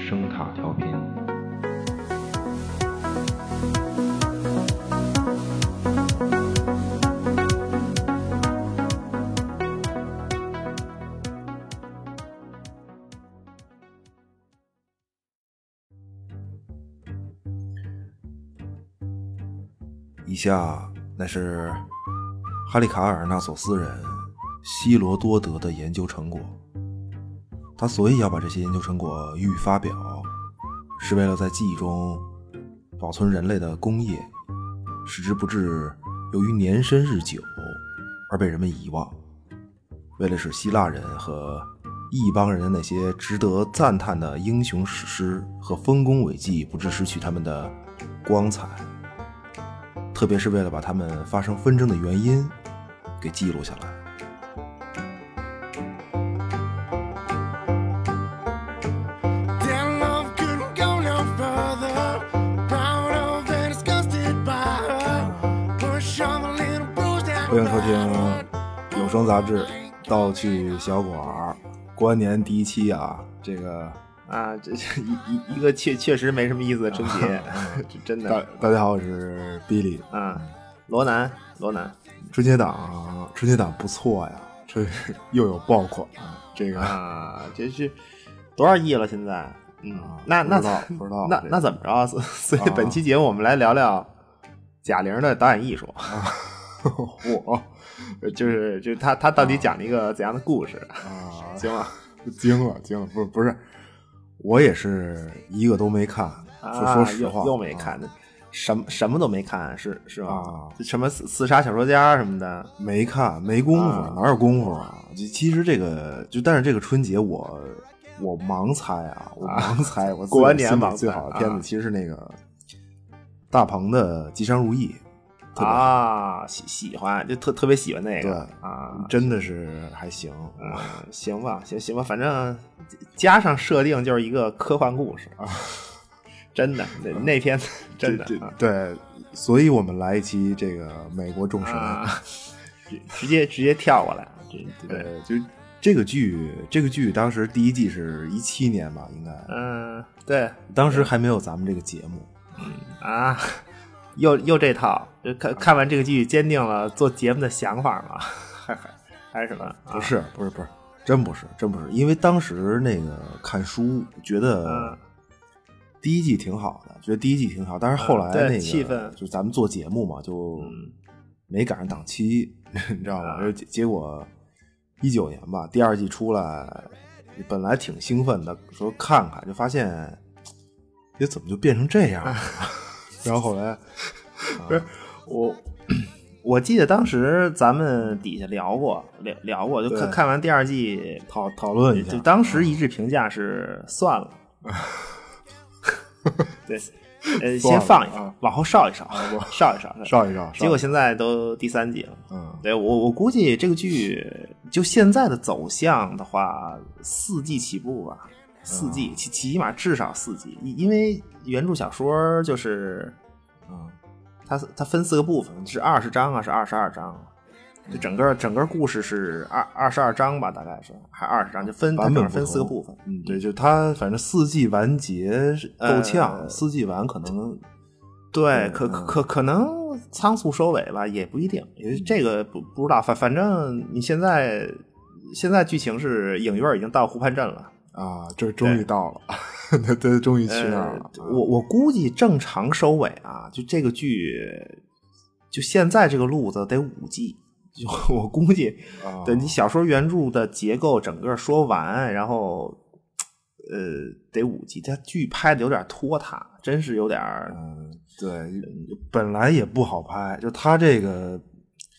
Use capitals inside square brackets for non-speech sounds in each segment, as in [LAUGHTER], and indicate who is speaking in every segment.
Speaker 1: 声塔调频。
Speaker 2: 以下乃是哈利卡尔纳索斯人希罗多德的研究成果。他所以要把这些研究成果予以发表，是为了在记忆中保存人类的工业，使之不致由于年深日久而被人们遗忘；为了使希腊人和异邦人的那些值得赞叹的英雄史诗和丰功伟绩不致失去他们的光彩，特别是为了把他们发生纷争的原因给记录下来。
Speaker 3: Their love couldn't go no further. Proud of and disgusted by her. Push all the little blues down.
Speaker 2: 欢迎收听有声杂志《盗趣小馆儿》过完年第一期啊，这个
Speaker 4: 啊，这这一一一个确确实没什么意思的春节，
Speaker 2: 啊
Speaker 4: [LAUGHS] 这真
Speaker 2: 大
Speaker 4: 的。
Speaker 2: 大家好，我是 Billy。
Speaker 4: 啊，罗南，罗南，
Speaker 2: 春节档，啊春节档不错呀，这又有爆款，这个
Speaker 4: 啊，这是多少亿了？现在，嗯
Speaker 2: 啊，
Speaker 4: 那
Speaker 2: 不
Speaker 4: 那
Speaker 2: 知道不知道
Speaker 4: 那
Speaker 2: 这
Speaker 4: 那怎么着？所所以
Speaker 2: 啊
Speaker 4: 本期节目我们来聊聊贾玲的导演艺术，
Speaker 2: 啊 [LAUGHS] 火
Speaker 4: 就是就是她她到底讲了一个怎样的故事？
Speaker 2: [LAUGHS] 啊，
Speaker 4: 行吗？
Speaker 2: 惊了惊了，不不是，我也是一个都没看，说
Speaker 4: 啊
Speaker 2: 说实
Speaker 4: 又
Speaker 2: 话，
Speaker 4: 又没看，什么什么都没看，是是吗
Speaker 2: 啊？
Speaker 4: 就什么刺刺杀小说家什么的，
Speaker 2: 没看，没功夫，
Speaker 4: 啊
Speaker 2: 哪有功夫啊？就其实这个，就但是这个春节我我盲猜啊，我盲猜，
Speaker 4: [LAUGHS]
Speaker 2: 我自己
Speaker 4: 过完年
Speaker 2: 心里
Speaker 4: 盲猜
Speaker 2: 最好的片子
Speaker 4: 啊
Speaker 2: 其实是那个大鹏的《吉祥如意》，特别好，
Speaker 4: 啊，喜喜欢就特特别喜欢那个
Speaker 2: 对
Speaker 4: 啊，
Speaker 2: 真的是还行。
Speaker 4: 嗯，行吧，行行吧，反正加上设定就是一个科幻故事啊，真的，那那篇 [LAUGHS] 真的
Speaker 2: 这这
Speaker 4: 啊
Speaker 2: 对，所以我们来一期这个美国众神，
Speaker 4: 啊，直直接直接跳过来，这对，
Speaker 2: 呃，就这个剧，这个剧当时第一季是一七年吧，应该，
Speaker 4: 嗯，对
Speaker 2: 当时还没有咱们这个节目。
Speaker 4: 啊， [LAUGHS] 又又这套，就看看完这个剧，坚定了做节目的想法嘛，还还还是什么？啊
Speaker 2: 不是，不是，不是，真不是，真不是，因为当时那个看书，觉得
Speaker 4: 嗯
Speaker 2: 第一季挺好的，觉得第一季挺好，但是后来
Speaker 4: 嗯
Speaker 2: 那
Speaker 4: 对
Speaker 2: 个、
Speaker 4: 气氛
Speaker 2: 就咱们做节目嘛，就没赶上档期， [LAUGHS] 你知道吗？
Speaker 4: 啊
Speaker 2: 就结结果一九年吧，第二季出来，本来挺兴奋的，说看看，就发现也怎么就变成这样了， [LAUGHS] 然后后来
Speaker 4: 我我记得当时咱们底下聊过，聊聊过，就
Speaker 2: 对啊
Speaker 4: 看看完第二季，
Speaker 2: [LAUGHS] 讨讨论一下
Speaker 4: 就，当时一致评价是
Speaker 2: [LAUGHS]
Speaker 4: 算了，对，呃，
Speaker 2: 算了
Speaker 4: 先放一放，
Speaker 2: 啊
Speaker 4: 往后稍一稍，稍一稍，
Speaker 2: 上一上，
Speaker 4: 结果现在都第三季了。
Speaker 2: 嗯，
Speaker 4: 对我，我估计这个剧就现在的走向的话，四季起步吧，四季
Speaker 2: 嗯
Speaker 4: 起起码至少四季，因因为原著小说就是
Speaker 2: 嗯
Speaker 4: 它它分四个部分，是二十章啊，是二十二章，就整
Speaker 2: 嗯
Speaker 4: 个整个故事是二二十二章吧，大概是还二十章，就分
Speaker 2: 版本
Speaker 4: 它整个
Speaker 2: 不
Speaker 4: 分
Speaker 2: 同
Speaker 4: 四个部分。
Speaker 2: 嗯，对，就他反正四季完结是够呛，
Speaker 4: 呃
Speaker 2: 四季完可能
Speaker 4: 对
Speaker 2: 嗯，
Speaker 4: 可可
Speaker 2: 嗯
Speaker 4: 可可能仓促收尾吧，也不一定，因为这个不不知道，反反正你现在现在剧情是影院已经到湖畔镇了。
Speaker 2: 啊，这终于到了， [LAUGHS] 他他终于去那儿了
Speaker 4: 呃。我我估计正常收尾啊，就这个剧，就现在这个路子得五季。就我估计，
Speaker 2: 啊
Speaker 4: 呃对你小说原著的结构整个说完，然后呃得五季，它剧拍的有点拖沓，真是有点儿
Speaker 2: 嗯，对，本来也不好拍，就他这个，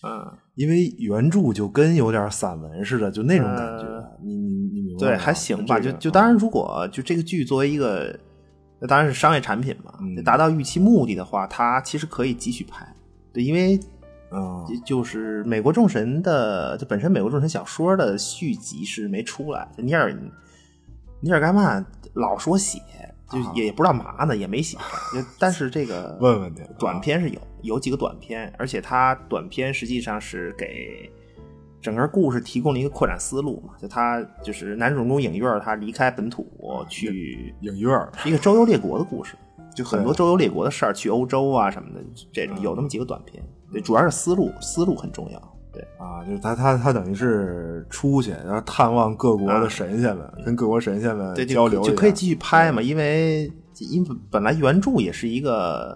Speaker 4: 嗯，
Speaker 2: 因为原著就跟有点散文似的，就那种感觉。
Speaker 4: 呃
Speaker 2: 你你你明白吗？
Speaker 4: 对，还行吧。
Speaker 2: 这
Speaker 4: 就
Speaker 2: 个嗯
Speaker 4: 就当然，如果就这个剧作为一个，那当然是商业产品嘛
Speaker 2: 嗯，
Speaker 4: 达到预期目的的话，它其实可以继续拍。对，因为
Speaker 2: 嗯
Speaker 4: 就就是美国众神的，就本身美国众神小说的续集是没出来，就尼尔尼尔盖曼老说写，就也也不知道嘛呢，也没写。就但是这个
Speaker 2: 啊问问去
Speaker 4: 短片是有有几个短片，而且它短片实际上是给整个故事提供了一个扩展思路嘛，就他就是男主人公影月儿他离开本土去
Speaker 2: 影院儿
Speaker 4: 一个周游列国的故事，就很多周游列国的事儿，去欧洲啊什么的，这种有那么几个短片，对，主要是思路，思路很重要，对，
Speaker 2: 啊，就是他他他等于是出去，然后探望各国的神仙们，跟各国神仙们
Speaker 4: 啊对，就
Speaker 2: 交流一
Speaker 4: 就可以
Speaker 2: 下嗯
Speaker 4: 继续拍嘛，因为因为本来原著也是一个，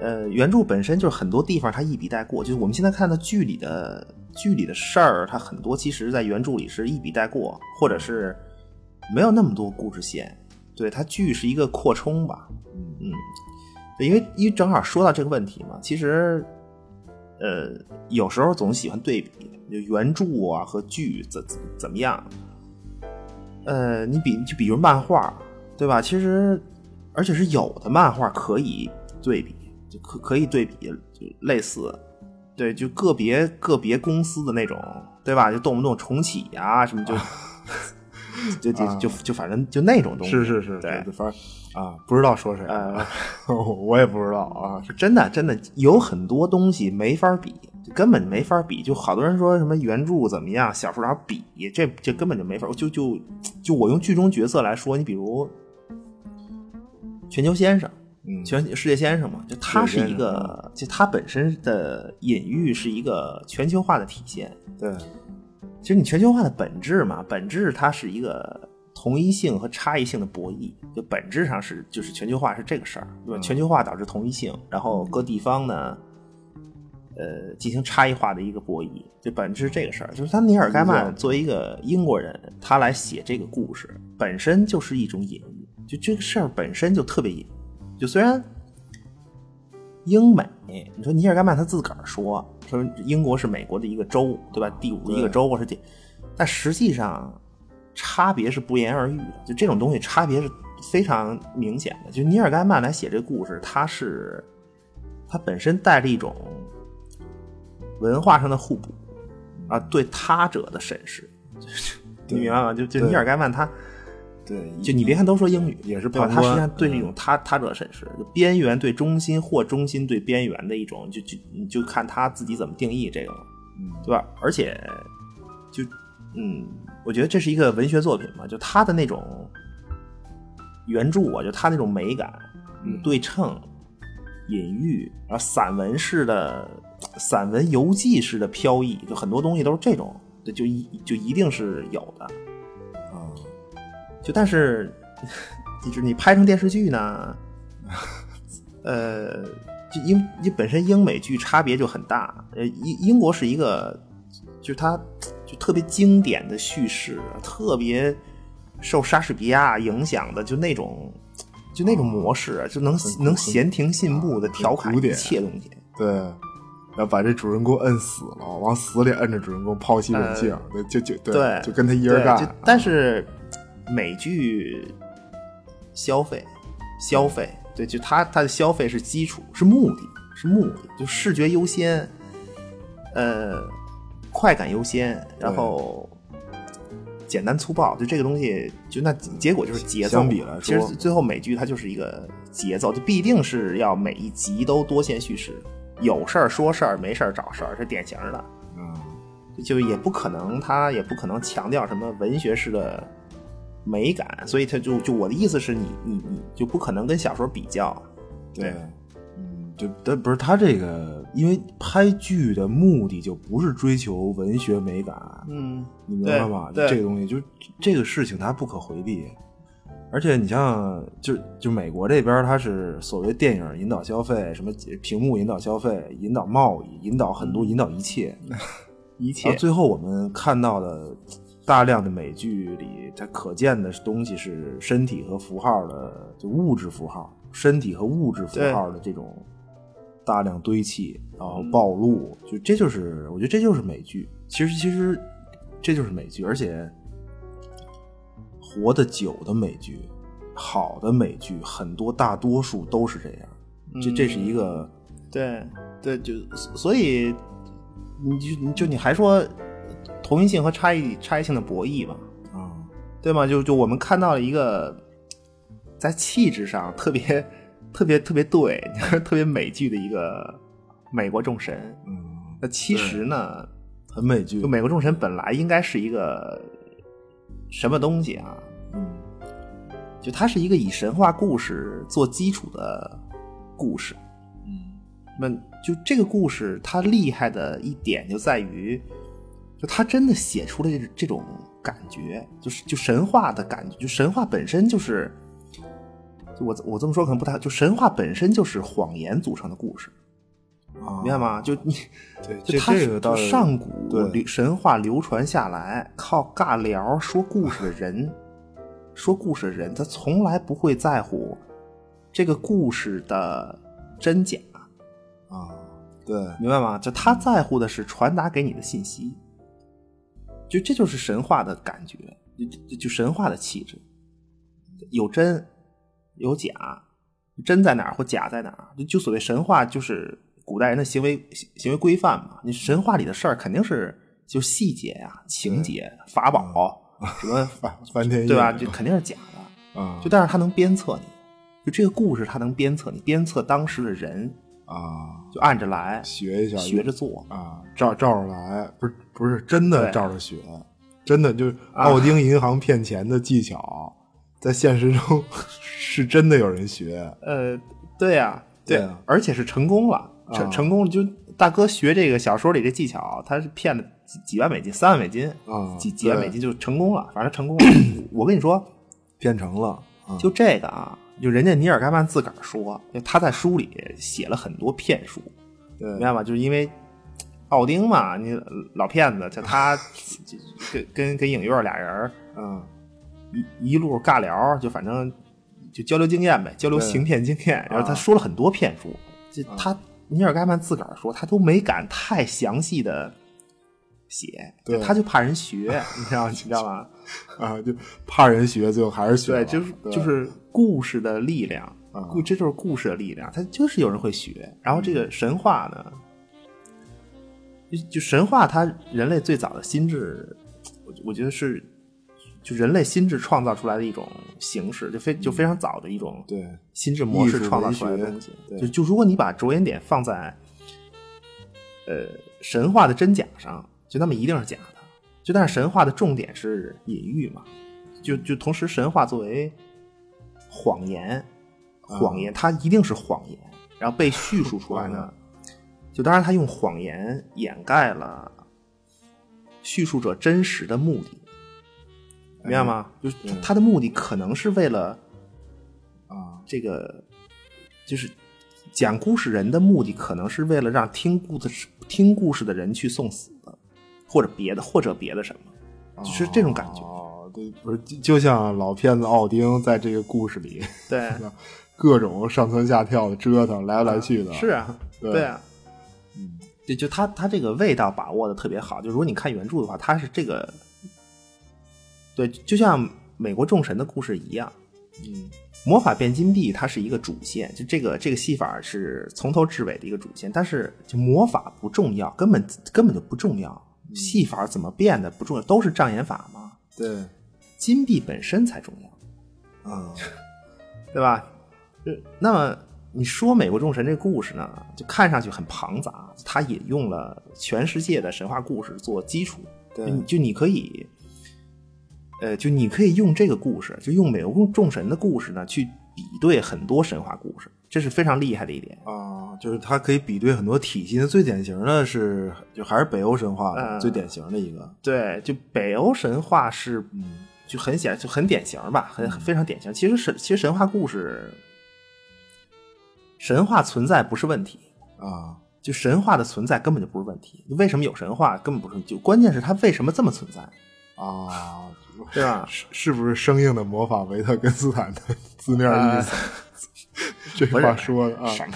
Speaker 4: 呃，原著本身就是很多地方它一笔带过，就是我们现在看到剧里的剧里的事儿，它很多其实在原著里是一笔带过，或者是没有那么多故事线，对，它剧是一个扩充吧，
Speaker 2: 嗯
Speaker 4: 嗯，对，因为因为正好说到这个问题嘛，其实，呃，有时候总喜欢对比，就原著啊和剧怎怎怎么样？呃，你比就比如漫画，对吧？其实，而且是有的漫画可以对比，就可可以对比，就类似，对，就个别个别公司的那种，对吧？就动不动重启啊什
Speaker 2: [LAUGHS]
Speaker 4: 么就。就就就就反正就那种东西，
Speaker 2: 啊是是是，
Speaker 4: 对
Speaker 2: 对，反正啊，不知道说谁，
Speaker 5: 嗯
Speaker 4: [LAUGHS] 呃，
Speaker 2: 我也不知道啊，
Speaker 4: 是真的，真的有很多东西没法比，就根本没法比。就好多人说什么原著怎么样，小说哪比，这这根本就没法。就就就我用剧中角色来说，你比如全球先生，
Speaker 2: 嗯，
Speaker 4: 全世界先生嘛，就他是一
Speaker 2: 世界先嗯
Speaker 4: 个，就他本身的隐喻是一个全球化的体现。
Speaker 2: 对，
Speaker 4: 其实你全球化的本质嘛，本质它是一个同一性和差异性的博弈，就本质上是就是全球化是这个事儿，对吧？全球化导致同一性，然后各地方呢，呃，进行差异化的一个博弈，就本质是这个事儿。就是他尼尔盖曼作为一个英国人，他来写这个故事，本身就是一种隐喻，就这个事儿本身就特别隐喻，就虽然英美，你说尼尔盖曼他自个儿说说英国是美国的一个州，对吧？第五个一个州是第，但实际上差别是不言而喻的。就这种东西差别是非常明显的。就尼尔盖曼来写这故事，他是他本身带着一种文化上的互补啊，对他者的审视，你明白
Speaker 5: 啊
Speaker 4: 吗？就就尼尔盖曼他。
Speaker 2: 对，
Speaker 4: 就你别看都说英语，
Speaker 2: 也是
Speaker 4: 对吧？
Speaker 2: 旁
Speaker 4: 他
Speaker 2: 观
Speaker 4: 实际上对这种他他者审视，就边缘对中心或中心对边缘的一种，就就你就看他自己怎么定义这个了，
Speaker 2: 嗯
Speaker 4: 对吧？而且就嗯，我觉得这是一个文学作品嘛，就他的那种原著啊，就他那种美感、对称、隐喻，然后散文式的散文游记式的飘逸，就很多东西都是这种，对就一就一定是有的。
Speaker 2: 啊，
Speaker 4: 就但是，就是你拍成电视剧呢，呃，就英就本身英美剧差别就很大。呃，英英国是一个，就是它就特别经典的叙事，特别受莎士比亚影响的，就那种就那种模式，就能能闲庭信步的调侃
Speaker 2: 古典
Speaker 4: 一切东西。
Speaker 2: 对，然后把这主人公摁死了，往死里摁着主人公，抛
Speaker 5: 呃
Speaker 2: 弃冷静，对就就
Speaker 4: 对，
Speaker 2: 就跟他一人
Speaker 4: 对
Speaker 2: 干啊
Speaker 4: 就，但是美剧消费，消费，对，就它它的消费是基础，是目的，是目的，就视觉优先，呃，快感优先，然后简单粗暴，就这个东西，就那结果就是节奏。
Speaker 2: 相比来说
Speaker 4: 其实最后美剧它就是一个节奏，就必定是要每一集都多线叙事，有事儿说事儿，没事儿找事儿，是典型的。
Speaker 2: 嗯，
Speaker 4: 就也不可能，他也不可能强调什么文学式的美感，所以他就就我的意思是你你你就不可能跟小说比较，
Speaker 2: 对，
Speaker 5: 嗯，就但不是他这个，因为拍剧的目的就不是追求文学美感，
Speaker 4: 嗯，
Speaker 5: 你明白吗？
Speaker 4: 对
Speaker 5: 这
Speaker 4: 对
Speaker 5: 个东西就是这个事情，它不可回避。而且你像，就就美国这边，它是所谓电影引导消费，什么屏幕引导消费，引导贸易，引导很
Speaker 4: 嗯
Speaker 5: 多，引导一切。
Speaker 4: 一
Speaker 5: 然
Speaker 4: 切
Speaker 5: 后最后我们看到的大量的美剧里，它可见的东西是身体和符号的，就物质符号，身体和物质符号的这种大量堆砌，然后
Speaker 4: 嗯
Speaker 5: 暴露，就这就是我觉得这就是美剧。其实其实这就是美剧，而且活得久的美剧，好的美剧，很多大多数都是这样。这这是一个
Speaker 4: 对对，就所以你就你就你还说同一性和差异差异性的博弈嘛，
Speaker 5: 啊、
Speaker 4: 对吗？就就我们看到了一个在气质上特别特别特别对特别美剧的一个美国众神，
Speaker 5: 嗯，
Speaker 4: 那其实呢，
Speaker 2: 很美剧
Speaker 4: 就，美国众神本来应该是一个什么东西啊？
Speaker 2: 嗯，
Speaker 4: 就它是一个以神话故事做基础的故事。
Speaker 2: 嗯
Speaker 4: 那么就这个故事，它厉害的一点就在于，就它真的写出了这这种感觉，就是就神话的感觉，就神话本身就是，就我我这么说可能不太，就神话本身就是谎言组成的故事，
Speaker 2: 啊，
Speaker 4: 明白吗？就你
Speaker 2: 对，这
Speaker 4: 就它
Speaker 2: 这
Speaker 4: 是
Speaker 2: 个
Speaker 4: 就
Speaker 2: 倒是
Speaker 4: 上古
Speaker 2: 对
Speaker 4: 流神话流传下来，靠尬聊说故事的人，说故事的人，他从来不会在乎这个故事的真假，
Speaker 2: 啊，对，
Speaker 4: 明白吗？就他在乎的是传达给你的信息，就这就是神话的感觉，就就神话的气质，有真有假，真在哪儿或假在哪儿，就就所谓神话就是古代人的行为行行为规范嘛。你神话里的事儿肯定是就细节啊、情节、法宝什么，
Speaker 2: 翻翻天
Speaker 4: 对吧？就肯定是假的。
Speaker 2: 啊，
Speaker 4: 就但是他能鞭策你，就这个故事他能鞭策你，鞭策当时的人
Speaker 2: 啊，
Speaker 4: 就按着来，
Speaker 2: 学一下，
Speaker 4: 学着做。
Speaker 2: 啊，照照着来，不是不是真的
Speaker 4: 对啊
Speaker 2: 照着学，真的就是奥丁银行骗钱的技巧，在现实中 [LAUGHS] 是真的有人学，
Speaker 4: 呃，对呀、
Speaker 2: 对啊
Speaker 4: 而且是成功了，成、
Speaker 2: 啊
Speaker 4: 成功了就大哥学这个小说里这技巧，他是骗了几几万美金、三万美金
Speaker 2: 啊
Speaker 4: 几几万
Speaker 2: 对啊
Speaker 4: 美金就成功了，反正成
Speaker 2: [CLEARS THROAT]
Speaker 4: 功了。我跟你说，
Speaker 2: 骗成了啊，
Speaker 4: 就这个啊，就人家尼尔盖曼自个儿说，就他在书里写了很多骗术，
Speaker 2: 对
Speaker 4: 明白吗？就是因为奥丁嘛，你老骗子，
Speaker 2: [LAUGHS]
Speaker 4: 就他就跟跟跟影院俩人儿
Speaker 2: 嗯
Speaker 4: 一一路尬聊，就反正就交流经验呗，交流
Speaker 2: 对啊
Speaker 4: 行骗经验。然后他说了很多骗术，这他尼尔盖曼自个儿说，他都没敢太详细的写
Speaker 2: 对，
Speaker 4: 他就怕人学，
Speaker 2: [LAUGHS]
Speaker 4: 你知道你知道吗？
Speaker 2: 啊，就怕人学，最后还是学
Speaker 4: 对，
Speaker 2: 了，
Speaker 4: 就是就是故事的力量
Speaker 2: 啊，
Speaker 4: 故这就是故事的力量，它就是有人会学。然后这
Speaker 2: 嗯
Speaker 4: 个神话呢，就就神话，它人类最早的心智，我我觉得是就人类心智创造出来的一种形式，就非就非常早的一种
Speaker 2: 嗯对
Speaker 4: 心智模
Speaker 2: 艺
Speaker 4: 式
Speaker 2: 术
Speaker 4: 创造
Speaker 2: 文
Speaker 4: 出来的
Speaker 2: 学
Speaker 4: 东西。
Speaker 2: 对
Speaker 4: 就就如果你把着眼点放在呃神话的真假上，就那么一定是假的。就但是神话的重点是隐喻嘛，就就同时神话作为谎言，
Speaker 2: 啊
Speaker 4: 谎言它一定是谎言，然后被叙述出来
Speaker 2: [LAUGHS]
Speaker 4: 呢，就当然它用谎言掩盖了叙述者真实的目的，明白吗？就是它它的目的可能是为了
Speaker 2: 啊
Speaker 4: 这个，就是讲故事人的目的，可能是为了让听故事听故事的人去送死的，或者别的，或者别的什么，就是这种感觉。
Speaker 2: 哦，对，不是就就像老骗子奥丁在这个故事里 [LAUGHS]
Speaker 4: 对，
Speaker 2: 各种上蹿下跳的折腾，来来去的，
Speaker 4: 是啊，
Speaker 2: 对
Speaker 4: 对啊，嗯，就就他他这个味道把握的特别好。就如果你看原著的话，他是这个，对，就像美国众神的故事一样，
Speaker 2: 嗯
Speaker 4: 魔法变金币它是一个主线，就这个这个戏法是从头至尾的一个主线，但是就魔法不重要，根本根本就不重要，戏法怎么变的不重要，都是障眼法嘛，
Speaker 2: 对
Speaker 4: 金币本身才重
Speaker 2: [LAUGHS]
Speaker 4: 要，
Speaker 2: 啊
Speaker 4: 对吧？呃那么你说美国众神这个故事呢，就看上去很庞杂，它也用了全世界的神话故事做基础，
Speaker 2: 对
Speaker 4: 嗯就你就你可以，呃，就你可以用这个故事，就用美国众神的故事呢，去比对很多神话故事，这是非常厉害的一点。
Speaker 2: 啊，就是它可以比对很多体系，最典型的是就还是北欧神话的
Speaker 4: 嗯
Speaker 2: 最典型的一个，
Speaker 4: 对，就北欧神话是，嗯就很显就很典型吧，很非常典型。其实神其实神话故事，神话存在不是问题，
Speaker 2: 啊，
Speaker 4: 就神话的存在根本就不是问题，为什么有神话根本不是，就关键是它为什么这么存在，
Speaker 2: 啊，
Speaker 4: 对 [LAUGHS] 吧？
Speaker 2: [LAUGHS] 是是不是生硬的模仿维特根斯坦的 [LAUGHS] 字面意思？ [LAUGHS] 这
Speaker 4: 不是
Speaker 2: 话说的啊，
Speaker 4: 什么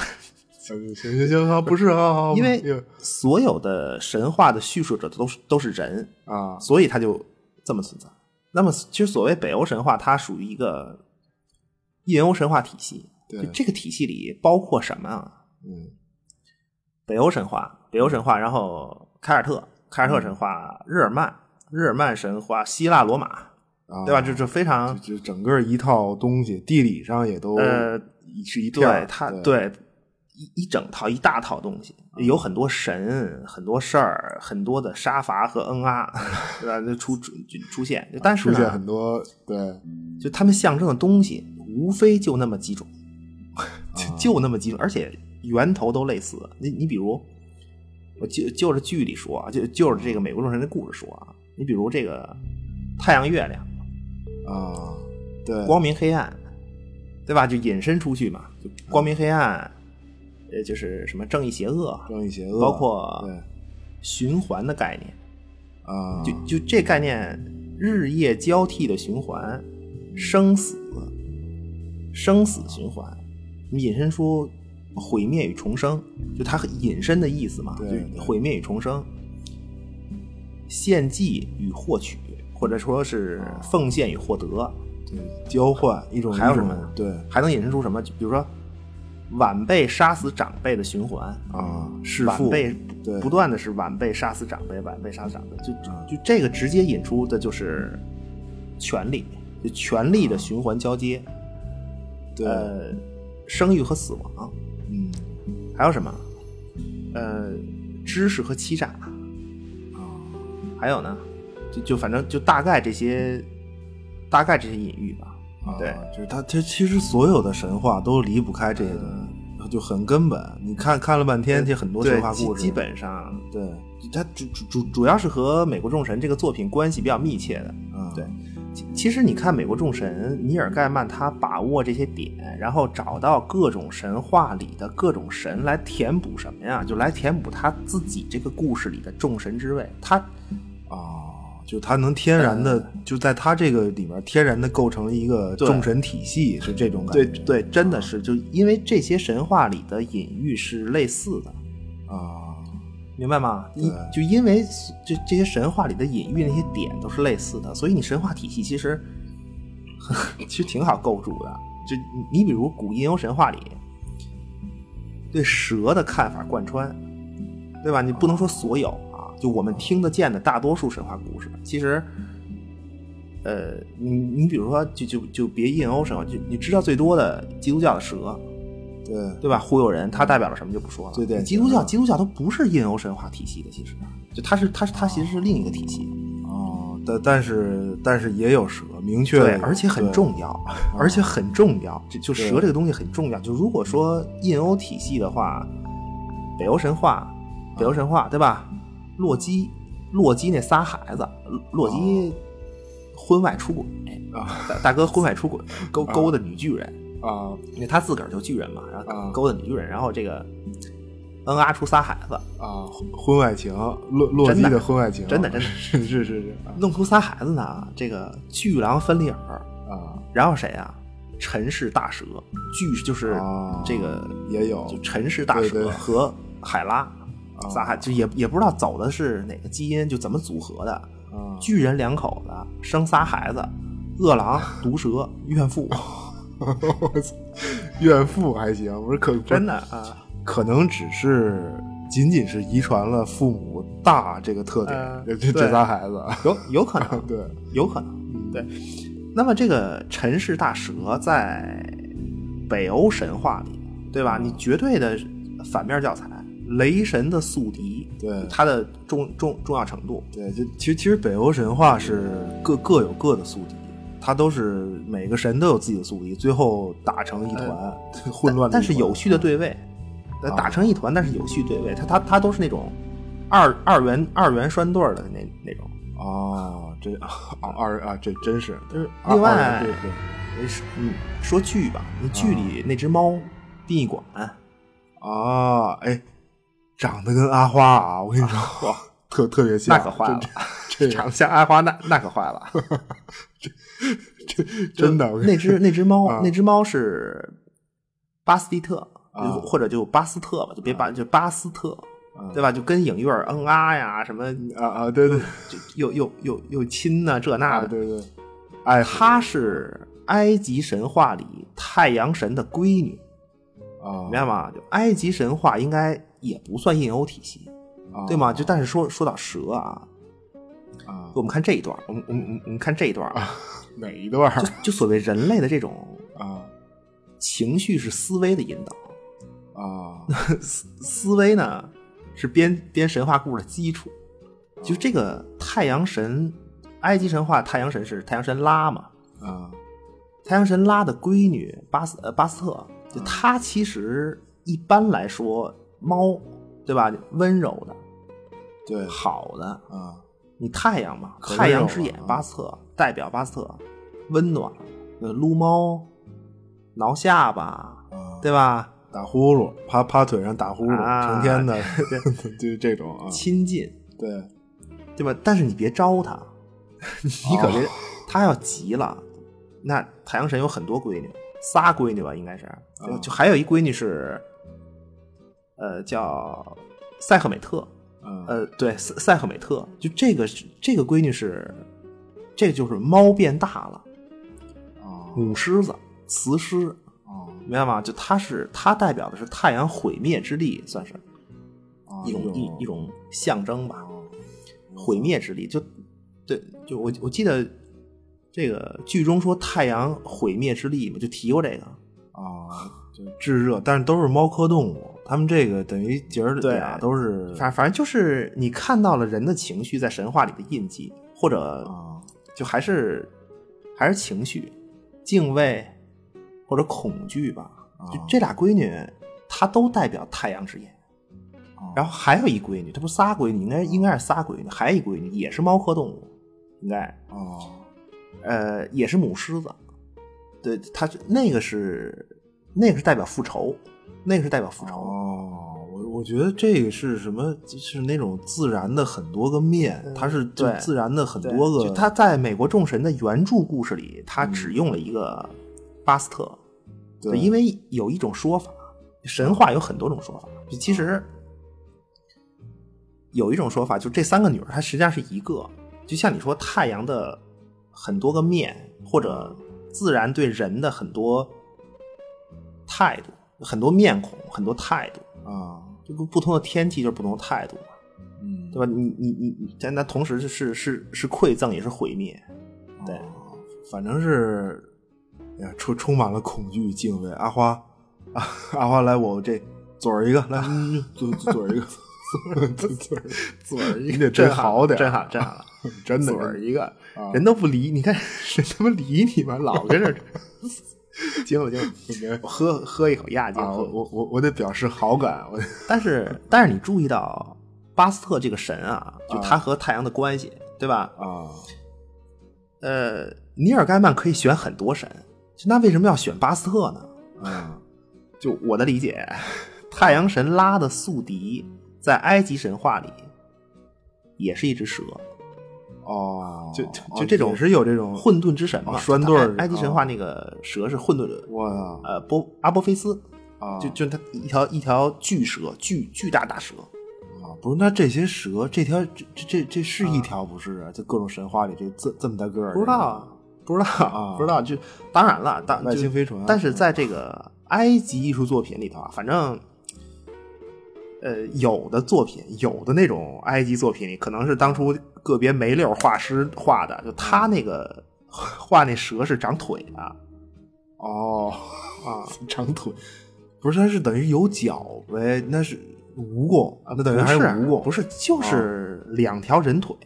Speaker 2: 行行行，好，不是啊，好
Speaker 4: 因为所有的神话的叙述者都是都是人，
Speaker 2: 啊，
Speaker 4: 所以它就这么存在。那么，其实所谓北欧神话，它属于一个印欧神话体系。
Speaker 2: 对
Speaker 4: 就这个体系里包括什么啊？
Speaker 2: 嗯，
Speaker 4: 北欧神话、北欧神话，然后凯尔特、凯
Speaker 2: 嗯
Speaker 4: 尔特神话、日耳曼、日耳曼神话、希腊罗马，
Speaker 2: 啊
Speaker 4: 对吧？这这非常
Speaker 2: 就就整个一套东西，地理上也都
Speaker 4: 呃
Speaker 2: 是一
Speaker 4: 对
Speaker 2: 片儿
Speaker 4: 它
Speaker 2: 对哦
Speaker 4: 对一一整套一大套东西，有很多神，很多事儿，很多的杀伐和
Speaker 2: [LAUGHS]
Speaker 4: 恩啊，对吧？就出出就出现，就但是
Speaker 2: 啊出现
Speaker 4: 呢，
Speaker 2: 很多对，
Speaker 4: 就他们象征的东西无非就那么几种，
Speaker 2: 啊
Speaker 4: [LAUGHS] 就就那么几种，而且源头都类似。你你比如，我就就着剧里说啊，就就着这个美国众神的故事说啊，你比如这个太阳、月亮、
Speaker 2: 啊，对，
Speaker 4: 光明、黑暗，对吧？就引申出去嘛，就光明、黑暗，呃，就是什么正义、邪恶，
Speaker 2: 正义邪恶，
Speaker 4: 包括
Speaker 2: 对
Speaker 4: 循环的概念，
Speaker 2: 啊，
Speaker 4: 就就这概念，日夜交替的循环，生死，生死循环，你引申出毁灭与重生，就它引申的意思嘛，
Speaker 2: 对
Speaker 4: 就
Speaker 2: 对
Speaker 4: 毁灭与重生，献祭与获取，或者说是奉献与获得，
Speaker 2: 对交换一种
Speaker 4: 还有
Speaker 2: 一
Speaker 4: 什
Speaker 2: 种
Speaker 4: 么
Speaker 2: 对
Speaker 4: 还能引申出什么？就比如说晚辈杀死长辈的循环，
Speaker 2: 啊，弑
Speaker 4: 晚
Speaker 2: 父
Speaker 4: 辈
Speaker 2: 对
Speaker 4: 不断的是晚辈杀死长辈，晚辈杀死长辈，就就就这个直接引出的就是权力，就权力的循环交接，
Speaker 2: 对，
Speaker 4: 呃，生育和死亡，
Speaker 2: 嗯
Speaker 4: 还有什么？呃，知识和欺诈，还有呢，就就反正就大概这些，大概这些隐喻吧。
Speaker 2: 啊
Speaker 4: 对，
Speaker 2: 就是它其实其实所有的神话都离不开这个，就很根本。你看看了半天，这很多
Speaker 4: 呃对
Speaker 2: 神话
Speaker 4: 基
Speaker 2: 故事，
Speaker 4: 基本上
Speaker 2: 对，
Speaker 4: 它主主主主要是和《美国众神》这个作品关系比较密切的。
Speaker 2: 啊
Speaker 4: 对其其实你看《美国众神》，尼尔盖曼他把握这些点，然后找到各种神话里的各种神来填补什么呀？就来填补他自己这个故事里的众神之位。他
Speaker 2: 啊，就它能天然的就在它这个里面天然的构成了一个
Speaker 4: 呃对
Speaker 2: 众神体系，是这种感
Speaker 4: 对
Speaker 2: 觉。
Speaker 4: 对，真的是就因为这些神话里的隐喻是类似的，
Speaker 2: 啊，
Speaker 4: 明白吗？因
Speaker 2: 对
Speaker 4: 就因为这这些神话里的隐喻那些点都是类似的，所以你神话体系其实 [LAUGHS] 其实挺好构筑的。就你你比如古印欧神话里对蛇的看法贯穿，对吧？你不能说所有啊，就我们听得见的大多数神话故事，其实。呃，你你比如说，就就就别印欧神话，就你知道最多的基督教的蛇，
Speaker 2: 对
Speaker 4: 对吧？忽悠人，它代表了什么就不说了。
Speaker 2: 最典型的
Speaker 4: 基督教，基督教它不是印欧神话体系的，其实就它是它是它其实是另一个体系，
Speaker 2: 啊，但但是但是也有蛇，明确
Speaker 4: 对，
Speaker 2: 有
Speaker 4: 而且很
Speaker 2: 对
Speaker 4: 重要，而且很重要。就就
Speaker 2: 对
Speaker 4: 蛇这个东西很重要。就如果说印欧体系的话，北欧神话，北欧神话对吧？洛基，洛基那仨孩子，洛基婚外出轨，
Speaker 2: 啊
Speaker 4: 大大哥婚外出轨，勾勾搭女巨人，
Speaker 2: 啊
Speaker 4: 因为他自个儿就巨人嘛，然
Speaker 2: 啊
Speaker 4: 后勾搭女巨人，然后这个恩啊出仨孩子。
Speaker 2: 啊，婚外情，洛洛基
Speaker 4: 真的
Speaker 2: 的婚外情，啊
Speaker 4: 真的真
Speaker 2: [LAUGHS]
Speaker 4: 的
Speaker 2: 是是是是啊
Speaker 4: 弄出仨孩子呢，这个巨狼芬利尔，
Speaker 2: 啊，
Speaker 4: 然后谁啊？陈氏大蛇，巨就是
Speaker 2: 哦
Speaker 4: 这个
Speaker 2: 也有
Speaker 4: 就陈氏大
Speaker 2: 对对
Speaker 4: 蛇和海拉
Speaker 2: 哦
Speaker 4: 仨孩，就也也不知道走的是哪个基因，就怎么组合的。
Speaker 2: 啊 [LAUGHS]
Speaker 4: 巨人两口子生仨孩子，饿狼、毒蛇、
Speaker 2: [LAUGHS]
Speaker 4: 怨妇，
Speaker 2: 我操怨妇还行，不是可
Speaker 4: 真的啊。
Speaker 2: 可能只是仅仅是遗传了父母大这个特点，
Speaker 4: 嗯
Speaker 2: 这这
Speaker 4: 对
Speaker 2: 这仨孩
Speaker 4: [LAUGHS]
Speaker 2: 子，
Speaker 4: 有有可能
Speaker 2: [LAUGHS] ，对，
Speaker 4: 有可能，对。那么这个陈氏大蛇在北欧神话里，对吧？你绝对的反面教材，雷神的宿敌，
Speaker 2: 对
Speaker 4: 它的重重重要程度，
Speaker 2: 对，就其实其实北欧神话是各各有各的宿敌，它都是每个神都有自己的宿敌，最后打成一团、混乱的
Speaker 4: 哎但
Speaker 2: 一团，嗯啊
Speaker 4: 是有序的对位，呃打成一团，但是有序对位，它它它都是那种二二元二元栓对儿的那那种。
Speaker 2: 哦，这啊二啊这真是，
Speaker 4: 就是
Speaker 2: 二
Speaker 4: 另
Speaker 2: 二
Speaker 4: 外
Speaker 2: 对对，
Speaker 4: 呃是嗯，说剧吧，那剧里那只
Speaker 2: 嗯
Speaker 4: 猫殡仪馆，
Speaker 2: 啊哎，长得跟阿花啊，我跟你
Speaker 4: [LAUGHS]
Speaker 2: 说，哇，特特别像，
Speaker 4: 那可坏了，
Speaker 2: 这这
Speaker 4: 长得像阿花，那那可坏了。
Speaker 2: [LAUGHS] 真的，我
Speaker 4: 就
Speaker 2: 跟你
Speaker 4: 那只那只猫、
Speaker 2: 啊
Speaker 4: 那只猫是巴斯蒂特，
Speaker 2: 啊
Speaker 4: 或者就巴斯特吧，就别
Speaker 2: 嗯
Speaker 4: 巴、就巴斯特，对吧？就跟影月儿嗯啊呀什么，
Speaker 2: 啊啊对对
Speaker 4: 就又又又又亲呐、这那
Speaker 2: 啊
Speaker 4: 的。
Speaker 2: 对对，哎
Speaker 4: 她是埃及神话里太阳神的闺女，
Speaker 2: 啊
Speaker 4: 明白吗？就埃及神话应该也不算印欧体系，
Speaker 2: 啊
Speaker 4: 对吗？就但是说说到蛇啊，
Speaker 2: 啊
Speaker 4: 我们看这一段，我们我们我们我们看这一段啊，
Speaker 2: 哪一段儿
Speaker 4: 就就所谓人类的这种
Speaker 2: 啊
Speaker 4: 情绪是思维的引导。 [LAUGHS]
Speaker 5: 啊，
Speaker 4: 思思维呢是编编神话故事的基础。就这个太阳神，埃及神话太阳神是太阳神拉嘛？
Speaker 5: 啊，
Speaker 4: 太阳神拉的闺女巴斯呃巴斯特，就她其实一般来说，猫对吧？温柔的、
Speaker 5: 对
Speaker 4: 好的，
Speaker 5: 啊，
Speaker 4: 你太阳嘛，
Speaker 5: 可
Speaker 4: 太
Speaker 5: 温柔
Speaker 4: 阳之眼
Speaker 5: 了啊
Speaker 4: 巴斯特代表巴斯特，温暖，呃，撸猫，挠下巴，
Speaker 5: 啊
Speaker 4: 对吧？
Speaker 5: 打呼噜，趴趴腿上打呼噜，
Speaker 4: 啊
Speaker 5: 成天的，就这种啊，
Speaker 4: 亲近，
Speaker 5: 对，
Speaker 4: 对吧？但是你别招他， [LAUGHS]
Speaker 5: 哦
Speaker 4: 你可别，他要急了，那太阳神有很多闺女，仨闺女吧，应该是，
Speaker 5: 啊
Speaker 4: 就还有一闺女是，呃，叫塞赫美特，
Speaker 2: 啊
Speaker 5: 嗯
Speaker 4: 呃，对，塞塞赫美特，就这个是这个闺女是，这就是猫变大了，呃
Speaker 5: 啊
Speaker 4: 母狮子，雌狮，
Speaker 5: 啊
Speaker 4: 明白吗？就它是它代表的是太阳毁灭之力，算
Speaker 2: 哎
Speaker 4: 是
Speaker 5: 啊，
Speaker 4: 一种一一种象征吧。
Speaker 5: 啊
Speaker 4: 毁灭之力，就对，就我我记得这个剧中说太阳毁灭之力嘛，就提过这个。
Speaker 5: 啊，
Speaker 2: 就炙热，但是都是猫科动物，它们这个等于姐儿
Speaker 4: 对
Speaker 2: 俩都是
Speaker 4: 反反正就是你看到了人的情绪在神话里的印记，或者
Speaker 5: 啊
Speaker 4: 就还是还是情绪、敬畏或者恐惧吧。就这俩闺女，她都代表太阳之眼。然后还有一闺女，她不是仨闺女，应该应该是仨闺女，还有一闺女也是猫科动物，应该
Speaker 5: 啊
Speaker 4: 呃，也是母狮子，对，它是那个是那个是代表复仇，那个是代表复仇，
Speaker 2: 哦，我我觉得这个是什么？就是那种自然的很多个面，它是就
Speaker 4: 嗯对
Speaker 2: 自然的很
Speaker 4: 对
Speaker 2: 多个。嗯
Speaker 4: 就它在美国众神的原著故事里，它只用了一个巴斯特，对，因为有一种说法，神话有很多种说法，就其实有一种说法，就这三个女儿她实际上是一个，就像你说太阳的很多个面，或者自然对人的很多态度、很多面孔、很多态度，
Speaker 5: 啊，
Speaker 4: 就不不同的天气就是不同的态度嘛，
Speaker 5: 嗯，
Speaker 4: 对吧？你你你你，但那同时是是是是馈赠也是毁灭，
Speaker 2: 哦
Speaker 4: 对，
Speaker 2: 反正是，哎呀，充充满了恐惧与敬畏。阿花，啊、阿 [LAUGHS] 花来，我这嘴儿一个，来，嗯嘴嘴儿一个，嘴嘴嘴一个，你得真
Speaker 4: 震撼了
Speaker 2: 好点儿，
Speaker 4: 震撼
Speaker 2: [LAUGHS]
Speaker 4: 震撼了，
Speaker 2: 真的
Speaker 4: 嘴儿一个
Speaker 5: 啊，
Speaker 4: 人都不理，你看人他妈理你吗？老跟
Speaker 2: [LAUGHS]
Speaker 4: 这儿，惊了惊了，我喝喝一口压惊
Speaker 2: 啊！我
Speaker 4: 喝。
Speaker 2: 我我我得表示好感，我
Speaker 4: 但是但是你注意到巴斯特这个神啊，
Speaker 2: 哦
Speaker 4: 就他和太阳的关系，对吧？
Speaker 5: 啊
Speaker 4: 呃，尼尔盖曼可以选很多神，那为什么要选巴斯特呢？
Speaker 2: 嗯
Speaker 5: 啊
Speaker 4: 就我的理解，太阳神拉的宿敌在埃及神话里也是一只蛇，
Speaker 5: 哦，
Speaker 4: 就
Speaker 2: 哦
Speaker 4: 就这种啊
Speaker 2: 也是有这种
Speaker 4: 混沌之神嘛，
Speaker 2: 哦拴对儿
Speaker 4: 埃埃及神话那个蛇是混沌的，
Speaker 5: 我操
Speaker 4: 呃，波阿波菲斯，
Speaker 5: 啊，
Speaker 4: 就就它一条一条巨蛇，巨巨大大蛇，
Speaker 2: 啊，不是，那这些蛇，这条这这这这是一条不是啊？就各种神话里这这这么大个儿，
Speaker 4: 不知道啊，不知道啊不知道，就当然了，当
Speaker 2: 外
Speaker 4: 就
Speaker 2: 星飞船
Speaker 4: 但是在这个埃及艺术作品里头啊，反正。呃，有的作品，有的那种埃及作品里，可能是当初个别梅溜画师画的，就他那个 [LAUGHS] 画那蛇是长腿的
Speaker 5: 哦
Speaker 2: [LAUGHS]
Speaker 4: 啊，
Speaker 5: 长腿
Speaker 2: 不是，它是等于有脚呗，那是蜈蚣，啊那等于
Speaker 4: 不
Speaker 2: 还
Speaker 4: 是
Speaker 2: 蜈蚣，
Speaker 4: 不是，就是
Speaker 2: 啊
Speaker 4: 两条人腿，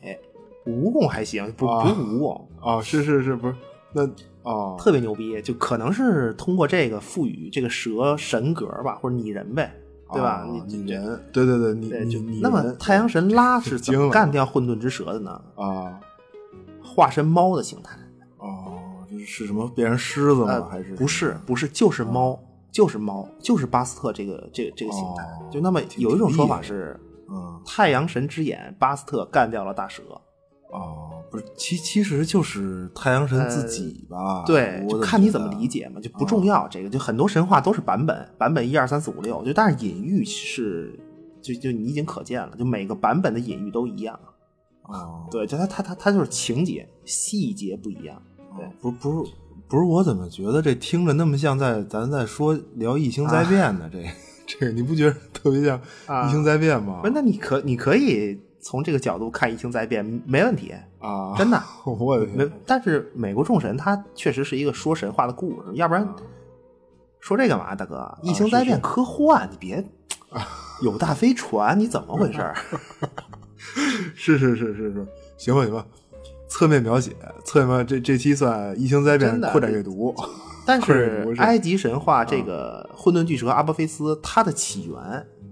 Speaker 4: 蜈蚣还行，不
Speaker 5: 啊
Speaker 4: 不是蜈蚣，
Speaker 2: 哦
Speaker 5: 啊，是是是，不是那哦
Speaker 4: 特别牛逼，就可能是通过这个赋予这个蛇神格吧，或者拟人呗，对吧？
Speaker 5: 哦
Speaker 4: 你
Speaker 5: 拟人
Speaker 2: 对对对，你
Speaker 4: 对
Speaker 2: 你
Speaker 4: 就
Speaker 2: 你
Speaker 4: 那么
Speaker 2: 人
Speaker 4: 太阳神拉是怎
Speaker 2: 惊
Speaker 4: 么
Speaker 2: 了
Speaker 4: 干掉混沌之蛇的呢？
Speaker 5: 啊
Speaker 4: 化身猫的形态，
Speaker 2: 哦，这是什么变成狮子
Speaker 4: 呃
Speaker 2: 吗？还是啊
Speaker 4: 不是不是就是猫，就是猫，就是巴斯特这个这个这个形态。
Speaker 2: 哦
Speaker 4: 就那么有一种说法是，
Speaker 2: 嗯
Speaker 4: 太阳神之眼巴斯特干掉了大蛇。
Speaker 2: 哦，不是，其其实就是太阳神自己吧？
Speaker 4: 呃对，
Speaker 2: 我
Speaker 4: 就
Speaker 2: 的
Speaker 4: 看你
Speaker 2: 觉
Speaker 4: 怎么
Speaker 2: 得
Speaker 4: 理解嘛，就不重要。这个就很多神话都是版本，版本一二三四五六，就但是隐喻是，就就你已经可见了，就每个版本的隐喻都一样。
Speaker 2: 哦，
Speaker 4: 对，就它它它它就是情节细节不一样。对
Speaker 2: 哦不不是不是，我怎么觉得这听着那么像在咱在说聊疫情灾变呢？这这个你不觉得特别像
Speaker 4: 啊
Speaker 2: 疫情灾变吗
Speaker 4: 不？是，那你可你可以从这个角度看疫情灾变，没问题，
Speaker 5: 啊，
Speaker 4: 真的。
Speaker 5: 我的天
Speaker 4: 没，但是美国众神它确实是一个说神话的故事，要不然说这干嘛，大哥？疫情灾变科幻，你别有大飞船，你怎么回事儿？
Speaker 2: 是是是是是，行吧行吧，侧面描写，侧面描这这期算疫情灾变
Speaker 4: 真的
Speaker 2: 扩展阅读，
Speaker 4: 但
Speaker 2: 或者
Speaker 4: 是啊
Speaker 2: 不是
Speaker 4: 埃及神话这个混沌巨蛇阿波菲斯，它的起源，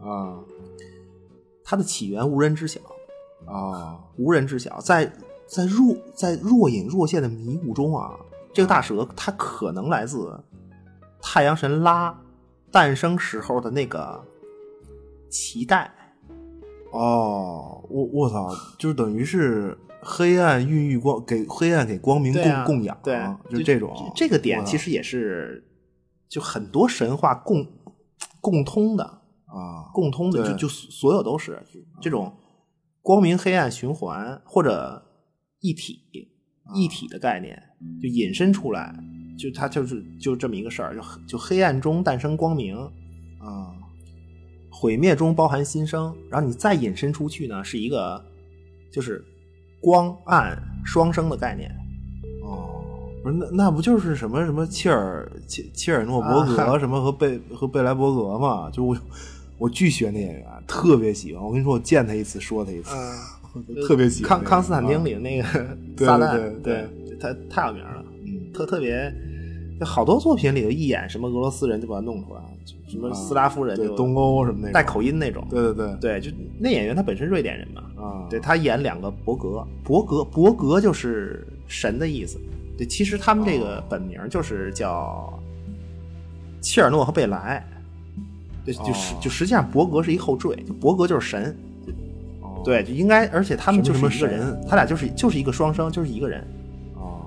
Speaker 2: 啊
Speaker 4: 它的起源无人知晓，
Speaker 2: 啊
Speaker 4: 无人知晓。在在若在若隐若现的迷雾中啊，这个大蛇它可能来自太阳神拉诞生时候的那个脐带。
Speaker 2: 哦，我我操，就是等于是黑暗孕育光，给黑暗给光明
Speaker 4: 对
Speaker 2: 供、
Speaker 4: 啊
Speaker 2: 供养，
Speaker 4: 对
Speaker 2: 就这种啊
Speaker 4: 这个点
Speaker 2: 我操
Speaker 4: 其实也是就很多神话共共通的，
Speaker 2: 啊
Speaker 4: 共通的
Speaker 2: 对
Speaker 4: 就就所有都是这种光明黑暗循环或者一体一体的概念，就引申出来，就它就是就这么一个事儿，就就黑暗中诞生光明，
Speaker 2: 啊
Speaker 4: 毁灭中包含新生，然后你再引申出去呢，是一个就是光暗双生的概念。
Speaker 2: 哦，不是那那不就是什么什么切尔切切尔诺伯格、
Speaker 4: 啊
Speaker 2: 什么和贝和贝莱伯格嘛？就我我巨喜欢那演员，特别喜欢。我跟你说，我见他一次说他一次，我啊特别喜欢那
Speaker 4: 康
Speaker 2: 个
Speaker 4: 康斯坦丁
Speaker 2: 啊
Speaker 4: 里的那个
Speaker 2: 对
Speaker 4: 撒旦，
Speaker 2: 对对
Speaker 4: 他太有名了，
Speaker 2: 嗯
Speaker 4: 特特别，就好多作品里头一演什么俄罗斯人就把他弄出来，就什么斯拉夫人
Speaker 2: 啊对
Speaker 4: 就
Speaker 2: 东欧什么那
Speaker 4: 带
Speaker 2: 种，
Speaker 4: 口音那种，
Speaker 2: 对对对
Speaker 4: 对，就那演员他本身瑞典人嘛，
Speaker 2: 啊，
Speaker 4: 对他演两个伯格，伯格伯格就是神的意思，对，其实他们这
Speaker 2: 啊
Speaker 4: 个本名就是叫切尔诺和贝莱，对，就实
Speaker 2: 哦
Speaker 4: 就实际上伯格是一后缀，就伯格就是神，
Speaker 2: 哦
Speaker 4: 对，就应该，而且他们就是
Speaker 2: 什
Speaker 4: 一个
Speaker 2: 么什么
Speaker 4: 人
Speaker 2: 神，
Speaker 4: 他俩就是就是一个双生，就是一个人。
Speaker 2: 哦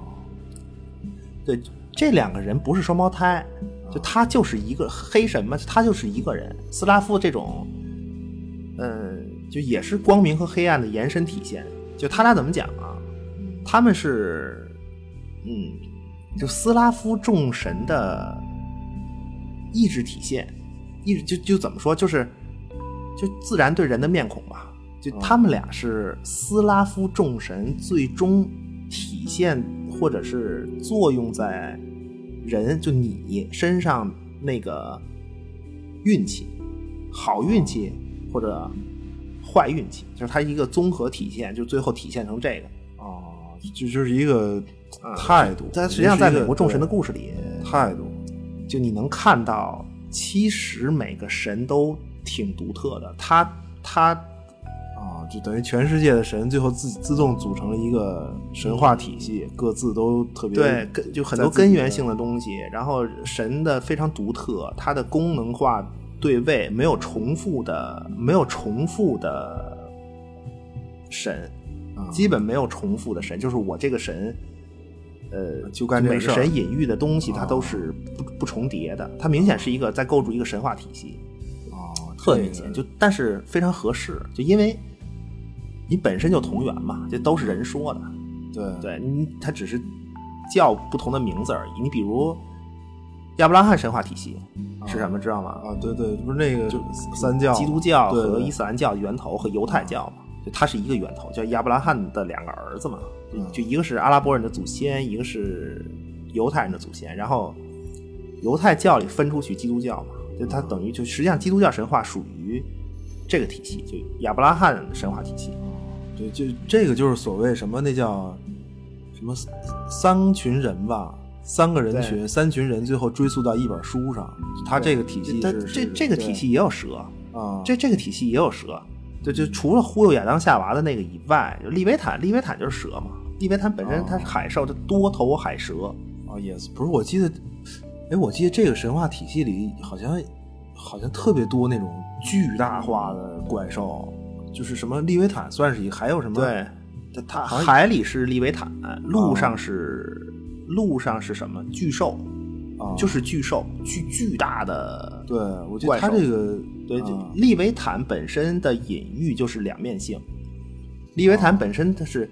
Speaker 4: 对，这两个人不是双胞胎，就他就是一个黑神嘛，他就是一个人。斯拉夫这种，呃，就也是光明和黑暗的延伸体现。就他俩怎么讲啊？他们是，嗯，就斯拉夫众神的意志体现，意志就就怎么说，就是就自然对人的面孔吧。就他们
Speaker 2: 哦
Speaker 4: 俩是斯拉夫众神最终体现或者是作用在人就你身上那个运气，好运气或者坏运气，就是它一个综合体现，就最后体现成这个。
Speaker 2: 哦，就就是一个
Speaker 4: 嗯
Speaker 2: 态度。
Speaker 4: 但实际上，在
Speaker 2: 就是一
Speaker 4: 美
Speaker 2: 个
Speaker 4: 国众神的
Speaker 2: 对
Speaker 4: 故事里，
Speaker 2: 态度，
Speaker 4: 就你能看到，其实每个神都挺独特的。他他
Speaker 2: 啊，就等于全世界的神最后自自动组成了一个神话体系，各自都特别
Speaker 4: 对根就很多根源性的东西，然后神的非常独特，它的功能化对位，没有重复的，没有重复的神，
Speaker 2: 啊
Speaker 4: 基本没有重复的神，就是我这个神。呃，
Speaker 2: 就干这个
Speaker 4: 每个
Speaker 2: 事儿啊
Speaker 4: 神隐喻的东西，它都是不不重叠的，它明显是一个在构筑一个神话体系。
Speaker 2: 啊，
Speaker 4: 特
Speaker 2: 这
Speaker 4: 明
Speaker 2: 个
Speaker 4: 显，就但是非常合适，就因为你本身就同源嘛，这都是人说的，
Speaker 2: 对
Speaker 4: 对你它只是叫不同的名字而已。你比如亚伯拉罕神话体系是什么，知道吗？
Speaker 2: 啊，对对，不是那个三教
Speaker 4: 基督教
Speaker 2: 对
Speaker 4: 和
Speaker 2: 对
Speaker 4: 伊斯兰教源头和犹太教嘛，就它是一个源头，叫亚伯拉罕的两个儿子嘛，就就一个是阿拉伯人的祖先，一个是犹太人的祖先，然后犹太教里分出去基督教嘛，就它等于就实际上基督教神话属于这个体系，就亚伯拉罕神话体系。
Speaker 2: 对，就这个就是所谓什么那叫什么三群人吧，三个人群，
Speaker 4: 对嗯
Speaker 2: 三群人最后追溯到一本书上，他这个体系
Speaker 4: 但
Speaker 2: 是
Speaker 4: 这
Speaker 2: 是
Speaker 4: 这个
Speaker 2: 对
Speaker 4: 体系也有蛇，
Speaker 2: 啊，
Speaker 4: 这这个体系也有蛇，就就除了忽悠亚当夏娃的那个以外，就利维坦，利维坦就是蛇嘛。利维坦本身它是海兽，它多头海蛇，
Speaker 2: 啊也是不是我记得，哎，我记得这个神话体系里好像好像特别多那种巨大化的怪兽，就是什么利维坦算是一个，还有什么
Speaker 4: 对，它
Speaker 2: 啊
Speaker 4: 它海里是利维坦，路上是、路上是什么？巨兽，
Speaker 2: 啊，
Speaker 4: 就是巨兽，巨巨大的。
Speaker 2: 对我觉得他
Speaker 4: 怪兽
Speaker 2: 这个
Speaker 4: 对，就
Speaker 2: 啊
Speaker 4: 利维坦本身的隐喻就是两面性。利维
Speaker 2: 啊
Speaker 4: 坦本身它是，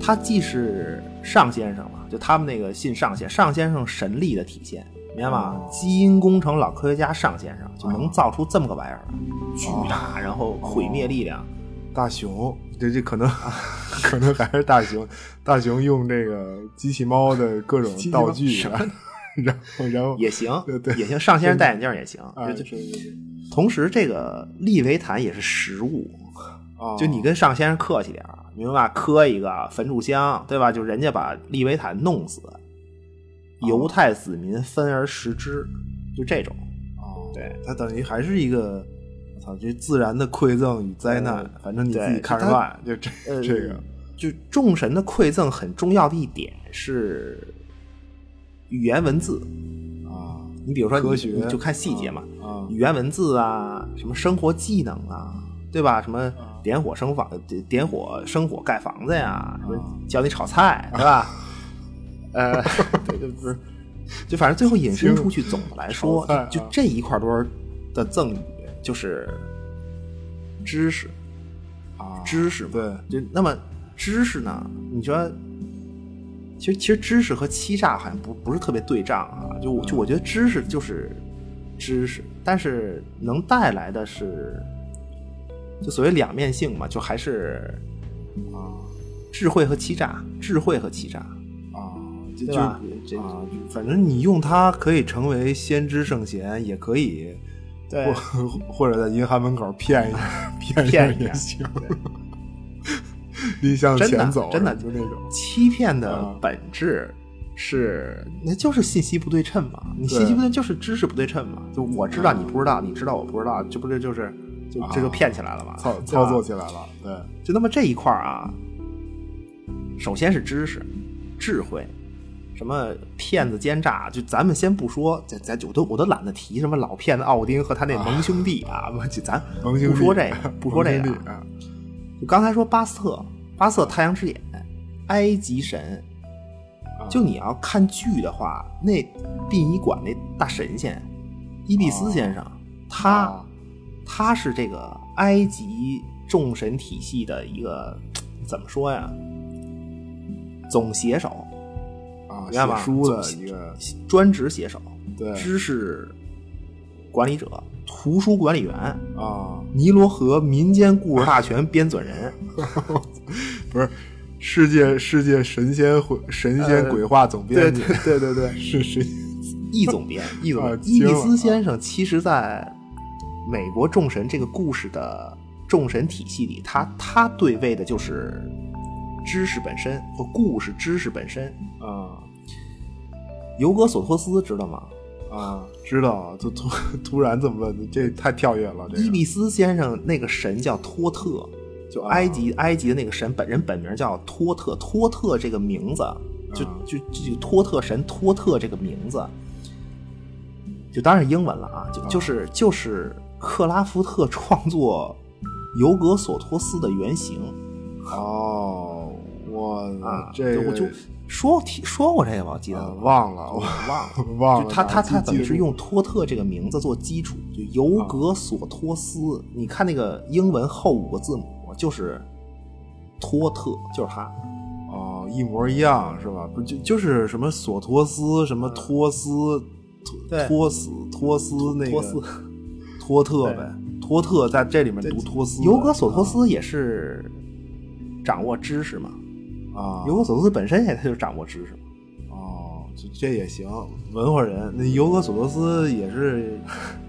Speaker 4: 它既是上先生嘛，就他们那个信上先上先生神力的体现，明白吗？
Speaker 2: 哦
Speaker 4: 基因工程老科学家上先生就能造出这么个玩意儿来，
Speaker 2: 哦
Speaker 4: 巨大，然后毁灭力量。
Speaker 2: 大熊，这这
Speaker 4: [LAUGHS]
Speaker 2: 可能可能还是大熊，大熊用这个机器猫的各种道具啊， [LAUGHS] 然后然后
Speaker 4: 也行
Speaker 2: 对对，
Speaker 4: 也行，上先生戴眼镜也行。
Speaker 2: 啊，
Speaker 4: 就就是
Speaker 2: 是
Speaker 4: 同时，这个利维坦也是实物，
Speaker 2: 啊，
Speaker 4: 就你跟上先生客气点儿，明白吧？磕一个焚炷香，对吧？就人家把利维坦弄死，犹太子民分而食之，就这种。
Speaker 2: 哦，
Speaker 4: 对，
Speaker 2: 它等于还是一个，我操，这自然的馈赠与灾难，
Speaker 4: 嗯
Speaker 2: 反正你自己
Speaker 4: 对
Speaker 2: 看着
Speaker 4: 它
Speaker 2: 办，就这、
Speaker 4: 呃
Speaker 2: 这个，
Speaker 4: 就众神的馈赠很重要的一点是语言文字。
Speaker 2: 啊
Speaker 4: 你比如说你，
Speaker 2: 科学
Speaker 4: 你就看细节嘛，
Speaker 2: 啊
Speaker 4: 语言文字啊，什么生活技能啊，对吧？什么
Speaker 2: 啊
Speaker 4: 点火生房，点点火生火盖房子呀，什
Speaker 2: 啊
Speaker 4: 么教你炒菜，啊对吧？呃，对对不是，就反正最后引申出去，总的来说
Speaker 2: 炒菜啊，
Speaker 4: 就这一块多的赠予就是知识，
Speaker 2: 啊，
Speaker 4: 知识嘛。
Speaker 2: 对，
Speaker 4: 就那么知识呢？你说，其实其实知识和欺诈好像不不是特别对仗啊。就
Speaker 2: 嗯
Speaker 4: 我就我觉得知识就是知识，但是能带来的是，就所谓两面性嘛，就还是啊，智慧和欺诈，智慧和欺诈，
Speaker 2: 啊，就
Speaker 4: 对
Speaker 2: 就
Speaker 4: 吧
Speaker 2: 啊，？
Speaker 4: 这
Speaker 2: 就反正你用它可以成为先知圣贤，也可以
Speaker 4: 对
Speaker 2: 或或者在银行门口骗一
Speaker 4: [LAUGHS]
Speaker 2: 下，骗
Speaker 4: 骗一
Speaker 2: 也
Speaker 4: 下
Speaker 2: 行。 [LAUGHS] 你向
Speaker 4: 真的
Speaker 2: 前走，
Speaker 4: 真的嗯
Speaker 2: 就那种
Speaker 4: 欺骗的
Speaker 2: 啊
Speaker 4: 本质是，那就是信息不对称嘛。你
Speaker 2: 对
Speaker 4: 信息不对嗯就是知识不对称嘛。就我知道你不知道，你知道我不知道，这不是就是就这就骗起来了嘛？
Speaker 2: 操
Speaker 4: 对吧
Speaker 2: 操作起来了，对，
Speaker 4: 就那么这一块儿啊，首先是知识、智慧，什么骗子奸诈，就咱们先不说，咱咱我都我都懒得提什么老骗子奥丁和他那盟兄弟啊，我就咱
Speaker 2: 萌兄弟
Speaker 4: 不说这
Speaker 2: [LAUGHS]
Speaker 4: 个，不说这
Speaker 2: 萌
Speaker 4: 个
Speaker 2: 兄
Speaker 4: 啊
Speaker 2: 弟，啊
Speaker 4: 就刚才说巴斯特，巴斯特太阳之眼，埃及神。
Speaker 2: 啊
Speaker 4: 就你要看剧的话，那殡仪馆那大神仙伊比斯先生，他
Speaker 2: 啊
Speaker 4: 他是这个埃及众神体系的一个怎么说呀？总写手，
Speaker 2: 啊，
Speaker 4: 明白吧
Speaker 2: 写书的一个
Speaker 4: 专职写手，
Speaker 2: 对
Speaker 4: 知识管理者，图书管理员，
Speaker 2: 啊，
Speaker 4: 尼罗河民间故事大全编纂人。
Speaker 2: 不是世界世界神仙鬼神仙
Speaker 4: 呃
Speaker 2: 鬼话总
Speaker 4: 对
Speaker 2: 编辑
Speaker 4: 对对对对，
Speaker 2: [LAUGHS] 是谁
Speaker 4: 易总编，易总
Speaker 2: 啊
Speaker 4: 编，伊
Speaker 2: 惊了
Speaker 4: 比斯先生其实在美国众神这个故事的众神体系里，他他对位的就是知识本身和故事知识本身。
Speaker 2: 啊
Speaker 4: 尤格索托斯知道吗？
Speaker 2: 啊？知道，就突突然这么问，这太跳跃了，这
Speaker 4: 伊
Speaker 2: 个
Speaker 4: 比斯先生那个神叫托特，就
Speaker 2: 啊
Speaker 4: 埃及、埃及的那个神本人本名叫托特。托特这个名字，就
Speaker 2: 啊
Speaker 4: 就就托特神托特这个名字，就当然是英文了啊，就就是就是克拉夫特创作尤格索托斯的原型
Speaker 2: 哦，我
Speaker 4: 啊。
Speaker 2: 这
Speaker 4: 就
Speaker 2: 个
Speaker 4: 我就说提说过这个吧，我记得、
Speaker 2: 啊忘了，我
Speaker 4: 忘了。
Speaker 2: [LAUGHS] 忘
Speaker 4: 就
Speaker 2: 了
Speaker 4: 他他
Speaker 2: 记
Speaker 4: 他
Speaker 2: 记
Speaker 4: 等于
Speaker 2: 不
Speaker 4: 是用托特这个啊名字做基础，就尤格索托斯。你看那个英文后五个字母就是托特，就是他。
Speaker 2: 哦，一模一样是吧？不就就是什么索托斯，什么托斯，托
Speaker 4: 嗯对
Speaker 2: 托斯托斯那个
Speaker 4: 托斯
Speaker 2: 托特呗，托特在这里面读托斯，
Speaker 4: 尤格索托斯啊也是掌握知识嘛，
Speaker 2: 啊，
Speaker 4: 尤格索托斯本身也他就掌握知识嘛。
Speaker 2: 哦，这这也行，文化人。那尤格索托斯也是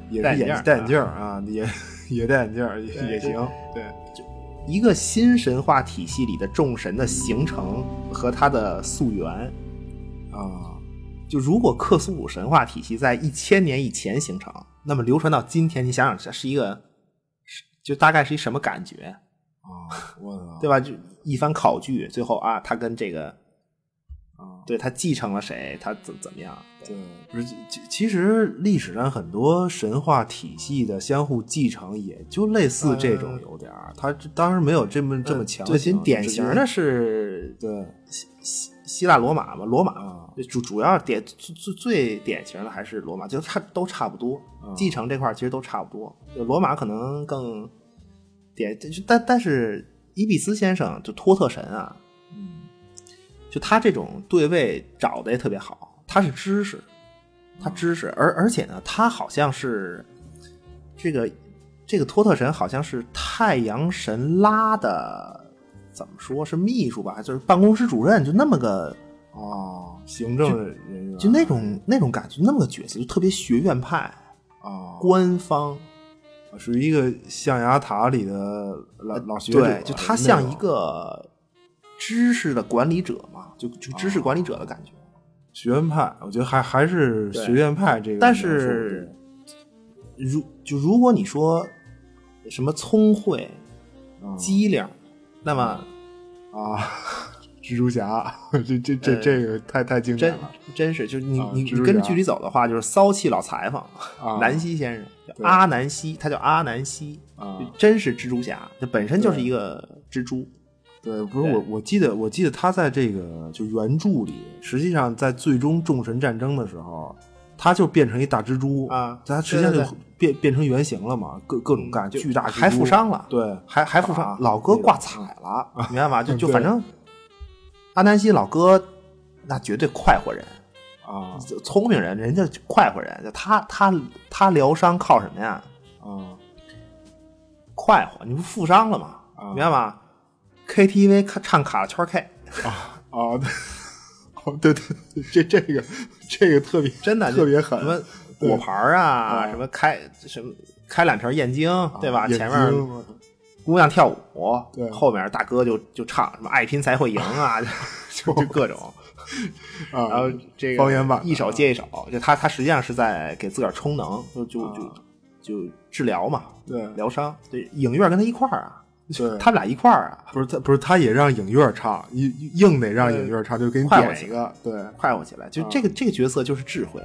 Speaker 2: 也
Speaker 4: 戴
Speaker 2: 是
Speaker 4: 眼
Speaker 2: 眼
Speaker 4: 镜儿
Speaker 2: 戴眼镜儿啊，也 [LAUGHS] 也戴眼镜儿也也行，对
Speaker 4: 一个新神话体系里的众神的形成和它的溯源，
Speaker 2: 啊
Speaker 4: 就如果克苏鲁神话体系在一千年以前形成，那么流传到今天，你想想这是一个，是就大概是一什么感觉，
Speaker 2: 啊，我操，
Speaker 4: 对吧？就一番考据，最后啊，他跟这个，啊，对他继承了谁，他怎怎么样？
Speaker 2: 对，不是，其其实历史上很多神话体系的相互继承，也就类似这种有点儿，它这当时没有这么这么强
Speaker 4: 嗯最
Speaker 2: 行
Speaker 4: 新，典型的
Speaker 2: 是
Speaker 4: 是
Speaker 2: 对
Speaker 4: 希希腊罗马嘛，罗马
Speaker 2: 啊
Speaker 4: 主主要典最最最典型的还是罗马，就差都差不多，继承这块儿其实都差不多。就罗马可能更典，就但但是伊比斯先生就托特神啊，就他这种对位找的也特别好，他是知识，他知识，而而且呢，他好像是这个这个托特神好像是太阳神拉的，怎么说是秘书吧，就是办公室主任，就那么个
Speaker 2: 啊，行政人员
Speaker 4: 就那种那种感觉，那么个角色，就特别学院派、
Speaker 2: 啊，
Speaker 4: 官方。
Speaker 2: 属于一个象牙塔里的老老学者，
Speaker 4: 呃对，就他像一个知识的管理者嘛，就就知识管理者的感觉。
Speaker 2: 哦学院派，我觉得还还是
Speaker 4: 对
Speaker 2: 学院派这个描述，
Speaker 4: 但是如就如果你说什么聪慧、
Speaker 2: 嗯
Speaker 4: 机灵，那么
Speaker 2: 啊，蜘蛛侠， [LAUGHS] 这这这
Speaker 4: 呃
Speaker 2: 这个太太经典
Speaker 4: 真
Speaker 2: 了
Speaker 4: 真是就是你
Speaker 2: 啊
Speaker 4: 你
Speaker 2: 蜘蛛
Speaker 4: 你
Speaker 2: 侠
Speaker 4: 跟着距离走的话，就是骚气老裁缝
Speaker 2: 啊
Speaker 4: 南希先生，
Speaker 2: 对
Speaker 4: 叫阿南希，他叫阿南希，
Speaker 2: 啊！
Speaker 4: 就真是蜘蛛侠，这本身就是
Speaker 2: 对
Speaker 4: 一个蜘蛛。
Speaker 2: 对，不是我，我记得，我记得他在这个就原著里，实际上在最终众神战争的时候，他就变成一大蜘蛛
Speaker 4: 啊
Speaker 2: 他实际上就
Speaker 4: 对对嗯
Speaker 2: 变变成原型了嘛，各各种干，
Speaker 4: 就
Speaker 2: 巨大蜘蛛啊
Speaker 4: 还负伤了啊
Speaker 2: 对，
Speaker 4: 还还负伤，老哥挂彩了，明白吗？就就
Speaker 2: 对
Speaker 4: 反正阿南希老哥那绝对快活人，
Speaker 2: 啊
Speaker 4: 就聪明人，人家就快活人，就他他他疗伤靠什么呀？
Speaker 2: 啊
Speaker 4: 快活，你不负伤了吗？
Speaker 2: 啊
Speaker 4: 明白吗？KTV 看唱卡拉圈 K，
Speaker 2: 啊！对哦，对对，对这这个这个特别
Speaker 4: 真的就
Speaker 2: 特别狠
Speaker 4: 什么
Speaker 2: 对
Speaker 4: 果盘儿啊，
Speaker 2: 啊
Speaker 4: 什么开什么开两瓶燕京，对吧？
Speaker 2: 眼
Speaker 4: 前
Speaker 2: 睛
Speaker 4: 面
Speaker 2: 嘛
Speaker 4: 姑娘跳舞
Speaker 2: 对，
Speaker 4: 后面大哥就就唱什么爱拼才会赢啊， [LAUGHS] 就就
Speaker 2: [LAUGHS]
Speaker 4: 各种。
Speaker 2: 啊，
Speaker 4: 然后这个
Speaker 2: 方言版的啊
Speaker 4: 一手接一手，就他他实际上是在给自个儿充能，就就就就治疗嘛，
Speaker 2: 对
Speaker 4: 疗伤。对，影院跟他一块儿啊，
Speaker 2: 对
Speaker 4: 他们俩一块儿啊，
Speaker 2: 不是他，不是他也让影月唱，硬硬得让影月唱，就给你
Speaker 4: 快我
Speaker 2: 点
Speaker 4: 起
Speaker 2: 一个，对，
Speaker 4: 快活起来。就这个这个角色就是智慧，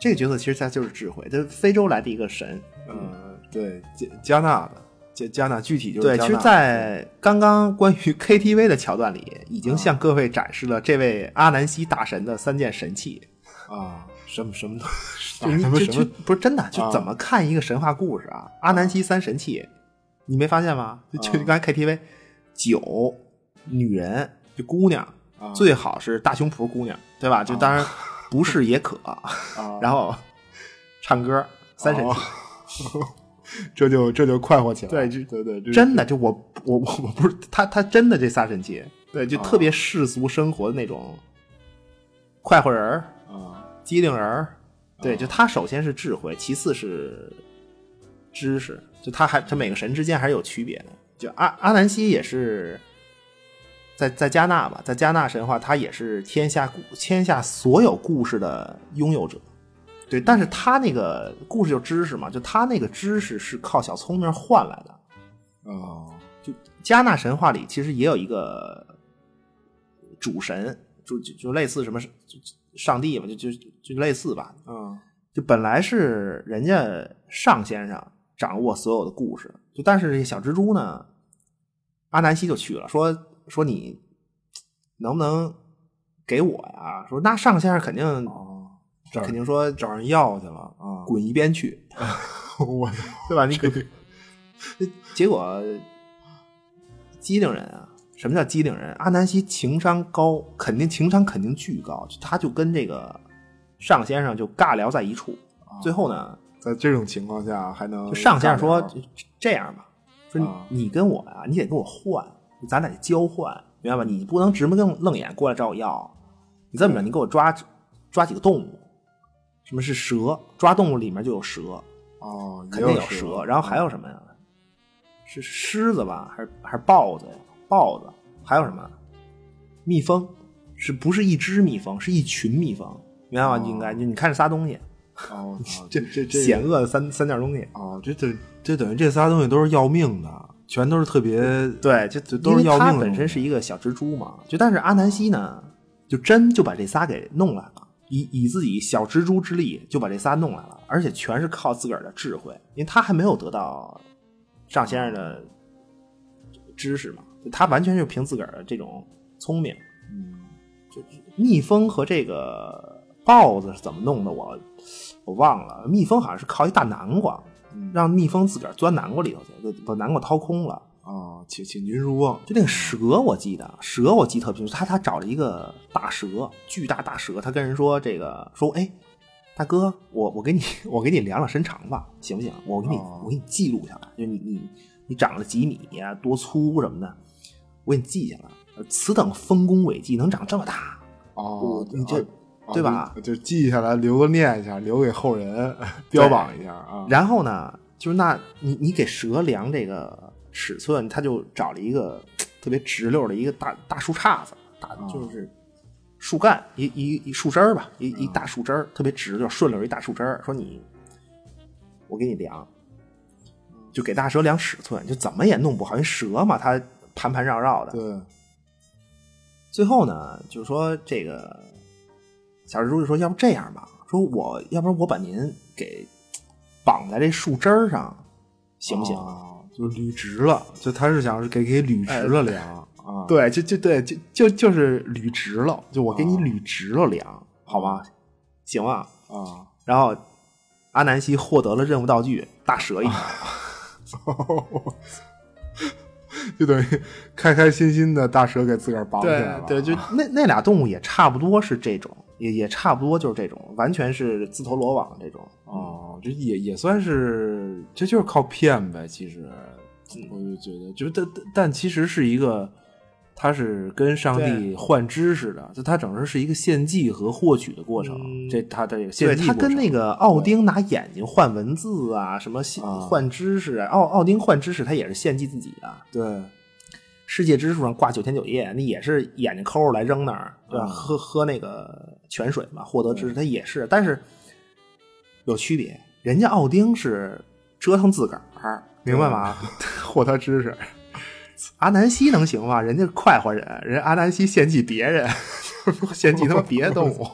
Speaker 4: 这个角色其实他就是智慧，就是非洲来的一个神。
Speaker 2: 嗯，对，加加纳的加加纳，具体就是
Speaker 4: 对，
Speaker 2: 加
Speaker 4: 其
Speaker 2: 纳
Speaker 4: 实，在刚刚关于 [LAUGHS] KTV 的桥段里，已经向各位展示了这位阿南西大神的三件神器。
Speaker 2: 啊，什么什么都，
Speaker 4: 就
Speaker 2: 啊
Speaker 4: 你
Speaker 2: 他们
Speaker 4: 就
Speaker 2: 什
Speaker 4: 就
Speaker 2: 么
Speaker 4: 不是真的，就
Speaker 2: 啊
Speaker 4: 怎么看一个神话故事啊？阿南西三神器，你没发现吗？就就
Speaker 2: 啊
Speaker 4: 刚才 KTV，酒、女人、就姑娘，
Speaker 2: 啊
Speaker 4: 最好是大胸脯姑娘，对吧？就当然 [LAUGHS] 不是也可，
Speaker 2: [LAUGHS] 啊，
Speaker 4: 然后唱歌三神器，
Speaker 2: 哦 [LAUGHS] 这就这就快活起来，
Speaker 4: 对
Speaker 2: 对对对，这
Speaker 4: 真的就我我我我不是他他真的这仨神器，对，就
Speaker 2: 啊
Speaker 4: 特别世俗生活的那种快活人儿，
Speaker 2: 啊
Speaker 4: 机灵人儿，对，就他首先是智慧，其次是知识，就他还他每个神之间还是有区别的。就阿阿南西也是在在加纳吧，在加纳神话，他也是天下故天下所有故事的拥有者。对，但是他那个故事就知识嘛，就他那个知识是靠小聪明换来的。
Speaker 2: 啊
Speaker 4: 加纳神话里其实也有一个主神，就就就类似什么就就上帝嘛，就就就类似吧，
Speaker 2: 啊
Speaker 4: 就本来是人家尚先生掌握所有的故事，就但是这小蜘蛛呢，阿南希就去了，说说你能不能给我呀？说那尚先生肯定、
Speaker 2: 啊，找
Speaker 4: 肯定说
Speaker 2: 找人要去了
Speaker 4: [LAUGHS]
Speaker 2: 啊，
Speaker 4: 滚一边去，
Speaker 2: 我 [LAUGHS]
Speaker 4: 对吧？你滚，结果机灵人啊，什么叫机灵人？阿南希情商高，肯定情商肯定巨高，就他就跟这个尚先生就尬聊在一处，最后呢。
Speaker 2: 在这种情况下还能
Speaker 4: 就上线说
Speaker 2: 干点
Speaker 4: 这这样吧，说
Speaker 2: 啊
Speaker 4: 你跟我啊，你得跟我换，咱俩得交换，明白吧？你不能直目瞪愣眼过来找我要，你这么着，你给我抓抓几个动物，什么是蛇？抓动物里面就有蛇，
Speaker 2: 哦，也
Speaker 4: 肯定有
Speaker 2: 蛇，嗯
Speaker 4: 然后还有什么呀？是狮子吧，还是还是豹子呀？豹子，还有什么？蜜蜂，是不是一只蜜蜂？是一群蜜蜂，明白吗？
Speaker 2: 哦
Speaker 4: 应该就你看这仨东西，
Speaker 2: 哦，我操这这这
Speaker 4: 险恶的三三件东西。
Speaker 2: 哦，这等这等于这仨东西都是要命的，全都是特别
Speaker 4: 对，就
Speaker 2: 这都是要命的
Speaker 4: 因为他本身是一个小蜘蛛嘛，就但是阿南希呢，就真就把这仨给弄来了，以以自己小蜘蛛之力就把这仨弄来了，而且全是靠自个儿的智慧，因为他还没有得到尚先生的知识嘛，就他完全就凭自个儿的这种聪明。
Speaker 2: 嗯
Speaker 4: 蜜蜂和这个豹子是怎么弄的我我忘了，蜜蜂好像是靠一大南瓜，
Speaker 2: 嗯
Speaker 4: 让蜜蜂自个儿钻南瓜里头去，就把南瓜掏空了。
Speaker 2: 啊，请请君入瓮
Speaker 4: 就那个蛇，我记得蛇，我记得特别清楚。他他找了一个大蛇，巨大大蛇，他跟人说这个说，哎，大哥，我我给你我给你量量身长吧，行不行？我给你、
Speaker 2: 哦
Speaker 4: 我给你记录下来，就你你你长了几米呀、多粗什么的，我给你记下来。此等丰功伟绩能长这么大，
Speaker 2: 哦
Speaker 4: 我，你这
Speaker 2: 啊啊
Speaker 4: 对吧
Speaker 2: 就就记下来，留个念一下，留给后人 [LAUGHS] 标榜一下啊。
Speaker 4: 然后呢，就是那你你给蛇量这个尺寸，他就找了一个特别直溜的一个大大树杈子，大就是树干一一一树枝儿吧，一一大树枝儿，特别直溜，顺溜一大树枝儿，说你，我给你量，就给大蛇量尺寸，就怎么也弄不好，因为蛇嘛，它盘盘绕绕的，
Speaker 2: 对，
Speaker 4: 最后呢，就是说这个小蜘蛛就说：“要不这样吧，说我要不然我把您给绑在这树枝儿上，行不行？”
Speaker 2: 啊就捋直了，就他是想是给给捋直了量啊。
Speaker 4: 哎对，就就对，就就就是捋直了，就我给你捋直了量，好
Speaker 2: 哦
Speaker 4: 吧？行吧。
Speaker 2: 啊，
Speaker 4: 然后阿南希获得了任务道具大蛇一条，
Speaker 2: [LAUGHS] 就等于开开心心的大蛇给自个儿绑起来了。
Speaker 4: 对，就那那俩动物也差不多是这种，也也差不多就是这种，完全是自投罗网这种。
Speaker 2: 哦，这也也算是，这就是靠骗呗。其实，
Speaker 4: 嗯
Speaker 2: 我就觉得，就是但但但其实是一个，他是跟上帝
Speaker 4: 对
Speaker 2: 换知识的，就他整个是一个献祭和获取的过程。
Speaker 4: 嗯
Speaker 2: 这他的这个
Speaker 4: 对
Speaker 2: 献祭
Speaker 4: 他
Speaker 2: 过程，
Speaker 4: 跟那个奥丁拿眼睛换文字啊，什么信
Speaker 2: 啊
Speaker 4: 换知识啊，奥奥丁换知识，他也是献祭自己啊。
Speaker 2: 对
Speaker 4: 世界之树上挂九天九夜，那也是眼睛抠出来扔那儿，对吧？
Speaker 2: 嗯
Speaker 4: 喝喝那个泉水嘛，获得知识，他也是，但是有区别。人家奥丁是折腾自个儿，明白吗？ [LAUGHS] 获得知识。阿南希能行吗？人家快活人，人阿南希献祭别人， [LAUGHS] 献祭他妈别的
Speaker 2: [LAUGHS]
Speaker 4: 动物，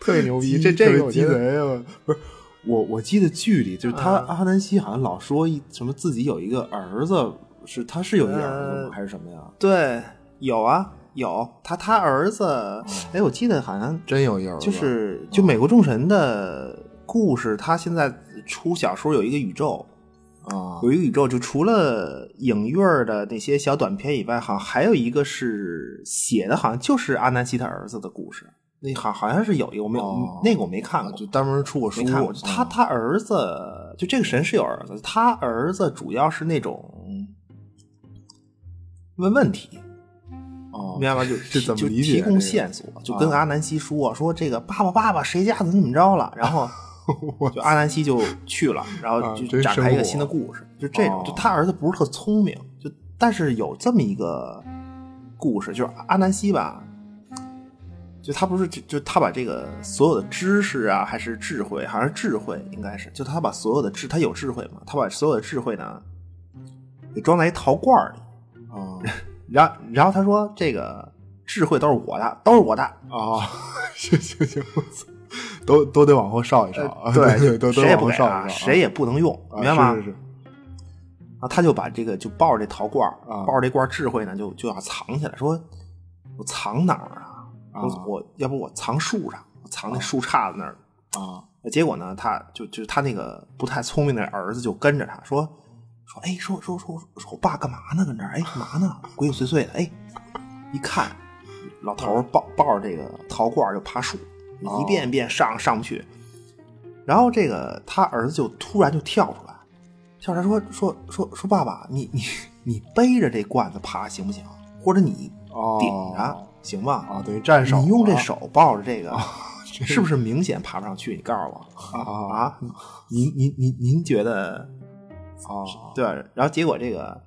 Speaker 4: 特别牛逼。这
Speaker 2: 鸡特别
Speaker 4: 这个我
Speaker 2: 鸡
Speaker 4: 觉得
Speaker 2: 贼啊，不是。我我记得剧里就是他、
Speaker 4: 啊
Speaker 2: 阿南希好像老说一什么自己有一个儿子，是他是有一个儿子吗？
Speaker 4: 呃
Speaker 2: 还是什么呀？
Speaker 4: 对，有啊，有他他儿
Speaker 2: 嗯
Speaker 4: 子，哎，我记得好像
Speaker 2: 真有一儿子，
Speaker 4: 就是就美国众神的故事，他现在出小说有一个宇宙，
Speaker 2: 啊
Speaker 4: 有一个宇宙就除了影院儿的那些小短片以外，好像还有一个是写的，好像就是阿南希他儿子的故事。那好好像是有一个，我没有、
Speaker 2: 哦
Speaker 4: 那个我没看过，
Speaker 2: 就单门出过书，
Speaker 4: 没看过。就他
Speaker 2: 嗯
Speaker 4: 他儿子，就这个神是有儿子，他儿子主要是那种问问题，
Speaker 2: 哦
Speaker 4: 明白吗？就
Speaker 2: 这怎么
Speaker 4: 就
Speaker 2: 理解
Speaker 4: 提
Speaker 2: 这个啊
Speaker 4: 供线索，就跟阿南希说、说这个爸爸爸爸谁家怎么怎么着了，
Speaker 2: [LAUGHS]
Speaker 4: 然后就阿南希就去了，然
Speaker 2: 啊
Speaker 4: 后就
Speaker 2: 真
Speaker 4: 展开一
Speaker 2: 生
Speaker 4: 个
Speaker 2: 活
Speaker 4: 新的故事，就这种。
Speaker 2: 哦
Speaker 4: 就他儿子不是特聪明，就但是有这么一个故事，就是阿南希吧。就他不是就就他把这个所有的知识啊，还是智慧，好像是智慧应该是，就他把所有的智，他有智慧嘛，他把所有的智慧呢，给装在一陶罐儿里，啊
Speaker 2: 哦
Speaker 4: 然后然后他说这个智慧都是我的，都是我的。
Speaker 2: 哦， [LAUGHS] 行行行，我操都都得往后稍一稍啊， [LAUGHS] 对，都都
Speaker 4: 呃谁也
Speaker 2: 往
Speaker 4: 不
Speaker 2: 后
Speaker 4: 给
Speaker 2: 稍一稍，
Speaker 4: 啊，谁也不能用，
Speaker 2: 啊
Speaker 4: 明白吗？
Speaker 2: 是是是，
Speaker 4: 啊，他就把这个就抱着这陶罐儿，
Speaker 2: 啊
Speaker 4: 抱着这罐智慧呢，就就要藏起来，说我藏哪儿啊？
Speaker 2: 啊
Speaker 4: 我我要不我藏树上，我藏那树杈子那儿。
Speaker 2: 啊
Speaker 4: 结果呢，他就就他那个不太聪明的儿子就跟着他说说，哎，说说说说我爸干嘛呢？跟这儿哎干嘛呢？鬼鬼祟祟的哎，一看老头儿抱抱着这个陶罐儿就爬树，
Speaker 2: 哦
Speaker 4: 一遍一遍上上不去。然后这个他儿子就突然就跳出来，跳出来说说说说爸爸，你你你背着这罐子爬行不行？或者你
Speaker 2: 哦
Speaker 4: 顶着、行吗？
Speaker 2: 啊，等于站手了，啊哦
Speaker 4: 你
Speaker 2: [LAUGHS]
Speaker 4: 用这手抱着这个，
Speaker 2: 这
Speaker 4: 是不是明显爬不上去？你告诉我
Speaker 2: 啊
Speaker 4: 啊！您您您您觉得
Speaker 2: 啊
Speaker 4: 对？然后结果这个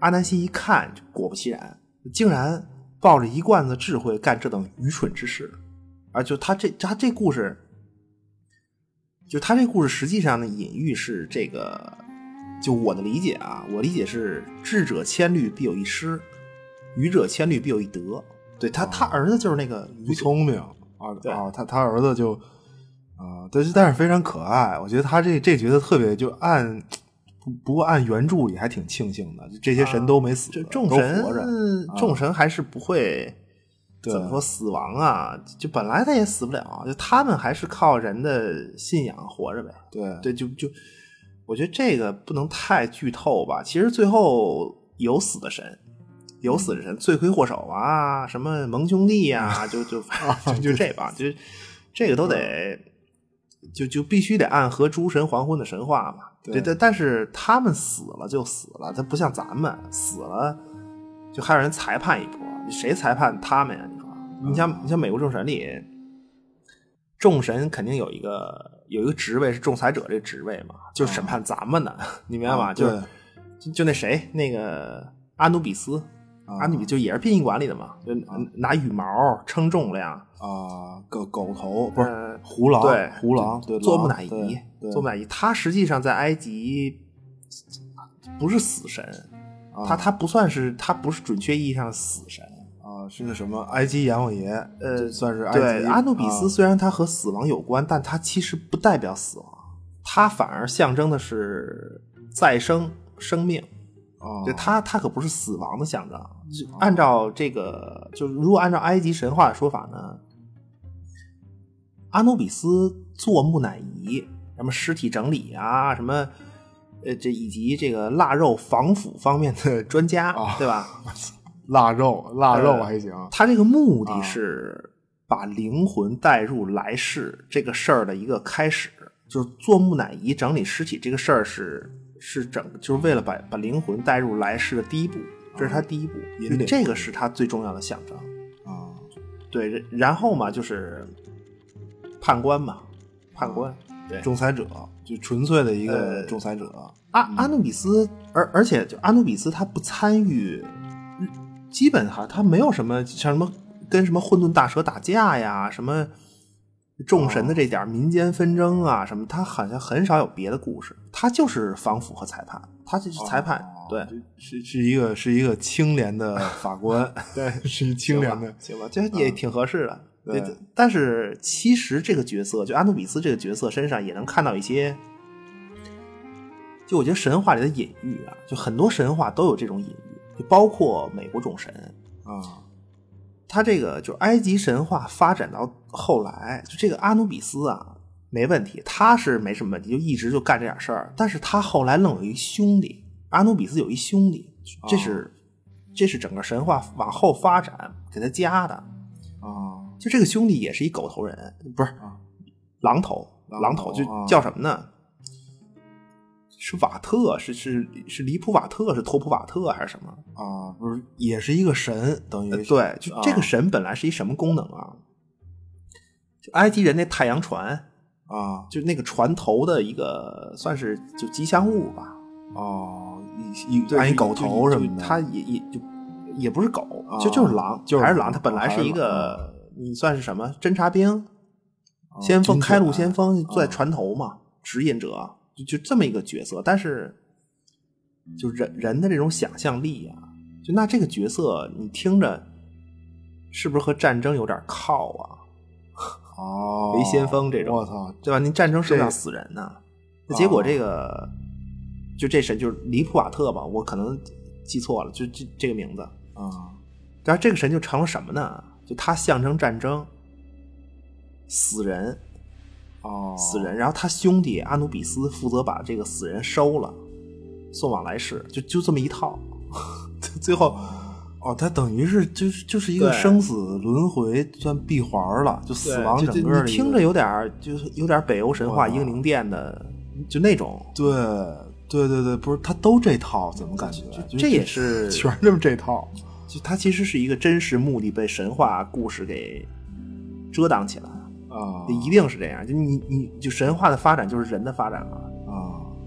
Speaker 4: 阿南希一看，果不其然，竟然抱着一罐子智慧干这等愚蠢之事，啊！就他这他这故事，就他这故事实际上的隐喻是这个，就我的理解啊，我理解是智者千虑必有一失，愚者千虑必有一得。对他，他儿子就是那个
Speaker 2: 不
Speaker 4: 愚蠢。
Speaker 2: 聪明啊
Speaker 4: 对
Speaker 2: 啊，他他儿子就啊，但是但是非常可爱，我觉得他这这角色特别就按。不不过按原著里还挺庆幸的，就这些神都没死，
Speaker 4: 啊这众
Speaker 2: 都
Speaker 4: 神
Speaker 2: 活着，啊
Speaker 4: 众神还是不会
Speaker 2: 对
Speaker 4: 怎么说死亡啊？就本来他也死不了，啊就他们还是靠人的信仰活着呗。
Speaker 2: 对
Speaker 4: 对，就就我觉得这个不能太剧透吧。其实最后有死的神，有死的神，罪魁祸首啊，什么盟兄弟啊，就就就就
Speaker 2: [LAUGHS]
Speaker 4: 这帮，就这个都得。就就必须得暗合诸神黄昏的神话嘛，
Speaker 2: 对
Speaker 4: 但但是他们死了就死了，他不像咱们死了，就还有人裁判一波，谁裁判他们呀？你说你像你像美国众神里，众神肯定有一个有一个职位是仲裁者这职位嘛，就是审判咱们的， [LAUGHS] 你明白吗？
Speaker 2: 啊
Speaker 4: 就
Speaker 2: 对
Speaker 4: 就就那谁那个阿努比斯，
Speaker 2: 啊
Speaker 4: 阿努比就也是殡仪馆里的嘛，就拿羽毛称重量，
Speaker 2: 嗯啊，狗狗头不是
Speaker 4: 呃
Speaker 2: 胡狼，
Speaker 4: 对
Speaker 2: 胡狼，对，
Speaker 4: 做木
Speaker 2: 狼
Speaker 4: 乃伊
Speaker 2: 对，对
Speaker 4: 做木乃伊，他实际上在埃及不是死神，
Speaker 2: 啊
Speaker 4: 他他不算是他不是准确意义上的死神。
Speaker 2: 啊，是那什么埃及阎王爷，
Speaker 4: 呃
Speaker 2: 算是埃
Speaker 4: 对，
Speaker 2: 及
Speaker 4: 阿努比斯
Speaker 2: 啊
Speaker 4: 虽然它和死亡有关，但它其实不代表死亡，它反而象征的是再生、生命。
Speaker 2: 啊
Speaker 4: 就它，它可不是死亡的象征。就
Speaker 2: 哦
Speaker 4: 按照这个，就是如果按照埃及神话的说法呢，阿努比斯做木乃伊，什么尸体整理啊，什么。呃，这以及这个腊肉防腐方面的专家，
Speaker 2: 啊
Speaker 4: 对吧？
Speaker 2: 腊肉，腊肉
Speaker 4: 呃
Speaker 2: 还行，
Speaker 4: 他这个目的是把灵魂带入来世这个事儿的一个开始，就是做木乃伊整理尸体这个事儿是是整，就是为了把把灵魂带入来世的第一步，这是他第一步，
Speaker 2: 引
Speaker 4: 所以
Speaker 2: 领
Speaker 4: 这个是他最重要的象征。
Speaker 2: 啊，
Speaker 4: 对，然然后嘛就是判官嘛，判官。对
Speaker 2: 仲裁者，就纯粹的一个
Speaker 4: 呃
Speaker 2: 仲裁者，啊
Speaker 4: 阿阿努比斯，而而且就阿努比斯他不参与，嗯基本哈他没有什么像什么跟什么混沌大蛇打架呀，什么众神的这点民间纷争啊什么，他好像很少有别的故事，他就是防腐和裁判，他就是裁判，对
Speaker 2: 就，啊是是一个是一个清廉的法
Speaker 4: [LAUGHS]
Speaker 2: 官，对， [LAUGHS] 是一清廉的，啊
Speaker 4: 行吧，这也挺合适的。
Speaker 2: 对
Speaker 4: 对，但是其实这个角色，就阿努比斯这个角色身上也能看到一些，就我觉得神话里的隐喻啊，就很多神话都有这种隐喻，就包括美国众神，
Speaker 2: 啊
Speaker 4: 他这个就埃及神话发展到后来，就这个阿努比斯啊，没问题，他是没什么问题，就一直就干这点事儿。但是他后来愣有一兄弟，阿努比斯有一兄弟，这
Speaker 2: 啊
Speaker 4: 是、这是整个神话往后发展给他加的。
Speaker 2: 啊
Speaker 4: 就这个兄弟也是一狗头人，不是、
Speaker 2: 啊
Speaker 4: 狼头，
Speaker 2: 狼
Speaker 4: 狼
Speaker 2: 头
Speaker 4: 头就
Speaker 2: 啊
Speaker 4: 叫什么呢？是瓦特，是是是离普瓦特，是托普瓦特还是什么？
Speaker 2: 啊，不是也是一个神，等于
Speaker 4: 呃，
Speaker 2: 是
Speaker 4: 对，就
Speaker 2: 啊
Speaker 4: 这个神本来是一什么功能啊？就埃及人那太阳船，
Speaker 2: 啊
Speaker 4: 就那个船头的一个算是就吉祥物吧，
Speaker 2: 哦，一一
Speaker 4: 对
Speaker 2: 按一
Speaker 4: 就
Speaker 2: 狗
Speaker 4: 就
Speaker 2: 头什么
Speaker 4: 就
Speaker 2: 的，
Speaker 4: 它也也就也不是狗，
Speaker 2: 啊
Speaker 4: 就就是狼，
Speaker 2: 就是
Speaker 4: 还是
Speaker 2: 狼
Speaker 4: 狼。它本来
Speaker 2: 还是
Speaker 4: 是一
Speaker 2: 狼
Speaker 4: 个你算是什么侦察兵、
Speaker 2: 啊
Speaker 4: 先锋、
Speaker 2: 真
Speaker 4: 开路
Speaker 2: 准
Speaker 4: 先锋，
Speaker 2: 啊
Speaker 4: 坐在船头嘛，指引者，就就这么一个角色。但是，就人人的这种想象力啊，就那这个角色，你听着是不是和战争有点靠啊？
Speaker 2: 哦，
Speaker 4: 为先锋这种
Speaker 2: 我操，
Speaker 4: 对吧？您战争是不是
Speaker 2: 这
Speaker 4: 要死人呢？那结果这个、就这神就是尼普瓦特吧，我可能记错了，就这这个名字。
Speaker 2: 啊
Speaker 4: 然后这个神就成了什么呢？就它象征战争、死人、
Speaker 2: 哦，
Speaker 4: 死人。然后他兄弟阿努比斯负责把这个死人收了，送往来世，就就这么一套。 [LAUGHS] 最后，
Speaker 2: 哦，它等于是就是就是一个
Speaker 4: 对
Speaker 2: 生死轮回算闭环了，就死亡
Speaker 4: 就
Speaker 2: 整
Speaker 4: 就
Speaker 2: 个的一个
Speaker 4: 你听着有点儿就是有点儿北欧神
Speaker 2: 哇
Speaker 4: 话英灵殿的就那种，
Speaker 2: 对对对对，不是它都这套，怎么感觉就
Speaker 4: 这也是啊
Speaker 2: 全是这么这套
Speaker 4: 就它其实是一个真实目的被神话故事给遮挡起来，
Speaker 2: 啊
Speaker 4: 就一定是这样。就你你就神话的发展就是人的发展嘛，
Speaker 2: 啊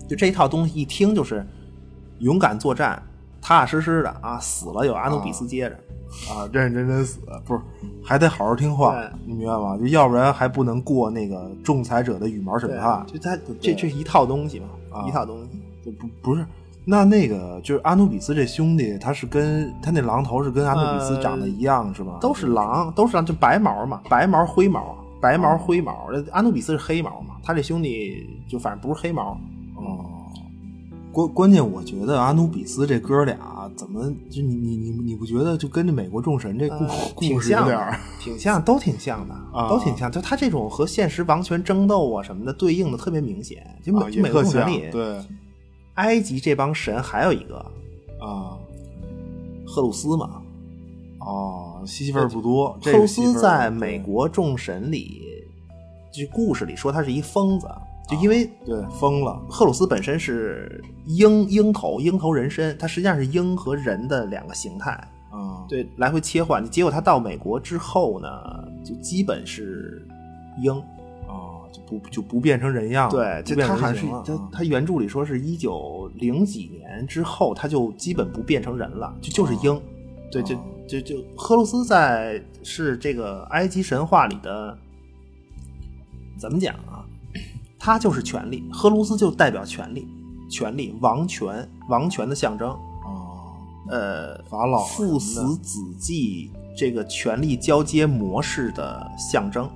Speaker 4: 就这一套东西一听就是勇敢作战，踏踏实实的啊，死了有阿努比斯接着。
Speaker 2: 啊，认认真真死，不是还得好好听话
Speaker 4: 对，
Speaker 2: 你明白吗？就要不然还不能过那个仲裁者的羽毛审判，
Speaker 4: 就它这这是一套东西嘛，一套东西。
Speaker 2: 就不不是。那那个就是阿努比斯这兄弟，他是跟他那狼头是跟阿努比斯长得一样、是吗？
Speaker 4: 嗯都是狼，都是狼，就白毛嘛，白毛灰毛，白毛灰毛。阿努比斯是黑毛嘛，他这兄弟就反正不是黑毛，
Speaker 2: 哦，关关键我觉得阿努比斯这哥俩怎么就你你你你不觉得就跟这美国众神这故、
Speaker 4: 嗯呃挺
Speaker 2: 故事有
Speaker 4: 像
Speaker 2: 点
Speaker 4: 的
Speaker 2: [LAUGHS] 儿，
Speaker 4: 挺像，都挺像的，
Speaker 2: 啊
Speaker 4: 都挺像。就他这种和现实王权争斗啊什么的对应的特别明显。就美、
Speaker 2: 啊
Speaker 4: 就
Speaker 2: 也
Speaker 4: 嗯美
Speaker 2: 特
Speaker 4: 国众神
Speaker 2: 像
Speaker 4: 里，
Speaker 2: 对
Speaker 4: 埃及这帮神还有一个
Speaker 2: 啊
Speaker 4: 赫鲁斯嘛，
Speaker 2: 哦，西西弗不多，
Speaker 4: 赫
Speaker 2: 这
Speaker 4: 鲁
Speaker 2: 个西西弗
Speaker 4: 斯
Speaker 2: 尔
Speaker 4: 在美国众神里，就故事里说他是一疯子，
Speaker 2: 啊
Speaker 4: 就因为
Speaker 2: 对对疯了
Speaker 4: 赫鲁斯本身是鹰鹰头鹰头人身，他实际上是鹰和人的两个形态。
Speaker 2: 啊，
Speaker 4: 对，来回切换。结果他到美国之后呢，就基本是鹰，
Speaker 2: 啊，就不就不变成人样了，
Speaker 4: 对，
Speaker 2: 啊不
Speaker 4: 这
Speaker 2: 变
Speaker 4: 他
Speaker 2: 成
Speaker 4: 还
Speaker 2: 人
Speaker 4: 是
Speaker 2: 形了
Speaker 4: 他
Speaker 2: 啊
Speaker 4: 他原著里说是一九零几年之后，他就基本不变成人了，就就是鹰。对，就
Speaker 2: 哦
Speaker 4: 就就赫鲁斯在是这个埃及神话里的怎么讲啊？他就是权力，赫鲁斯就代表权力，权力王权，王权的象征。
Speaker 2: 啊，
Speaker 4: 呃，
Speaker 2: 法老什么
Speaker 4: 父
Speaker 2: 的
Speaker 4: 死子继这个权力交接模式的象征。
Speaker 2: 哦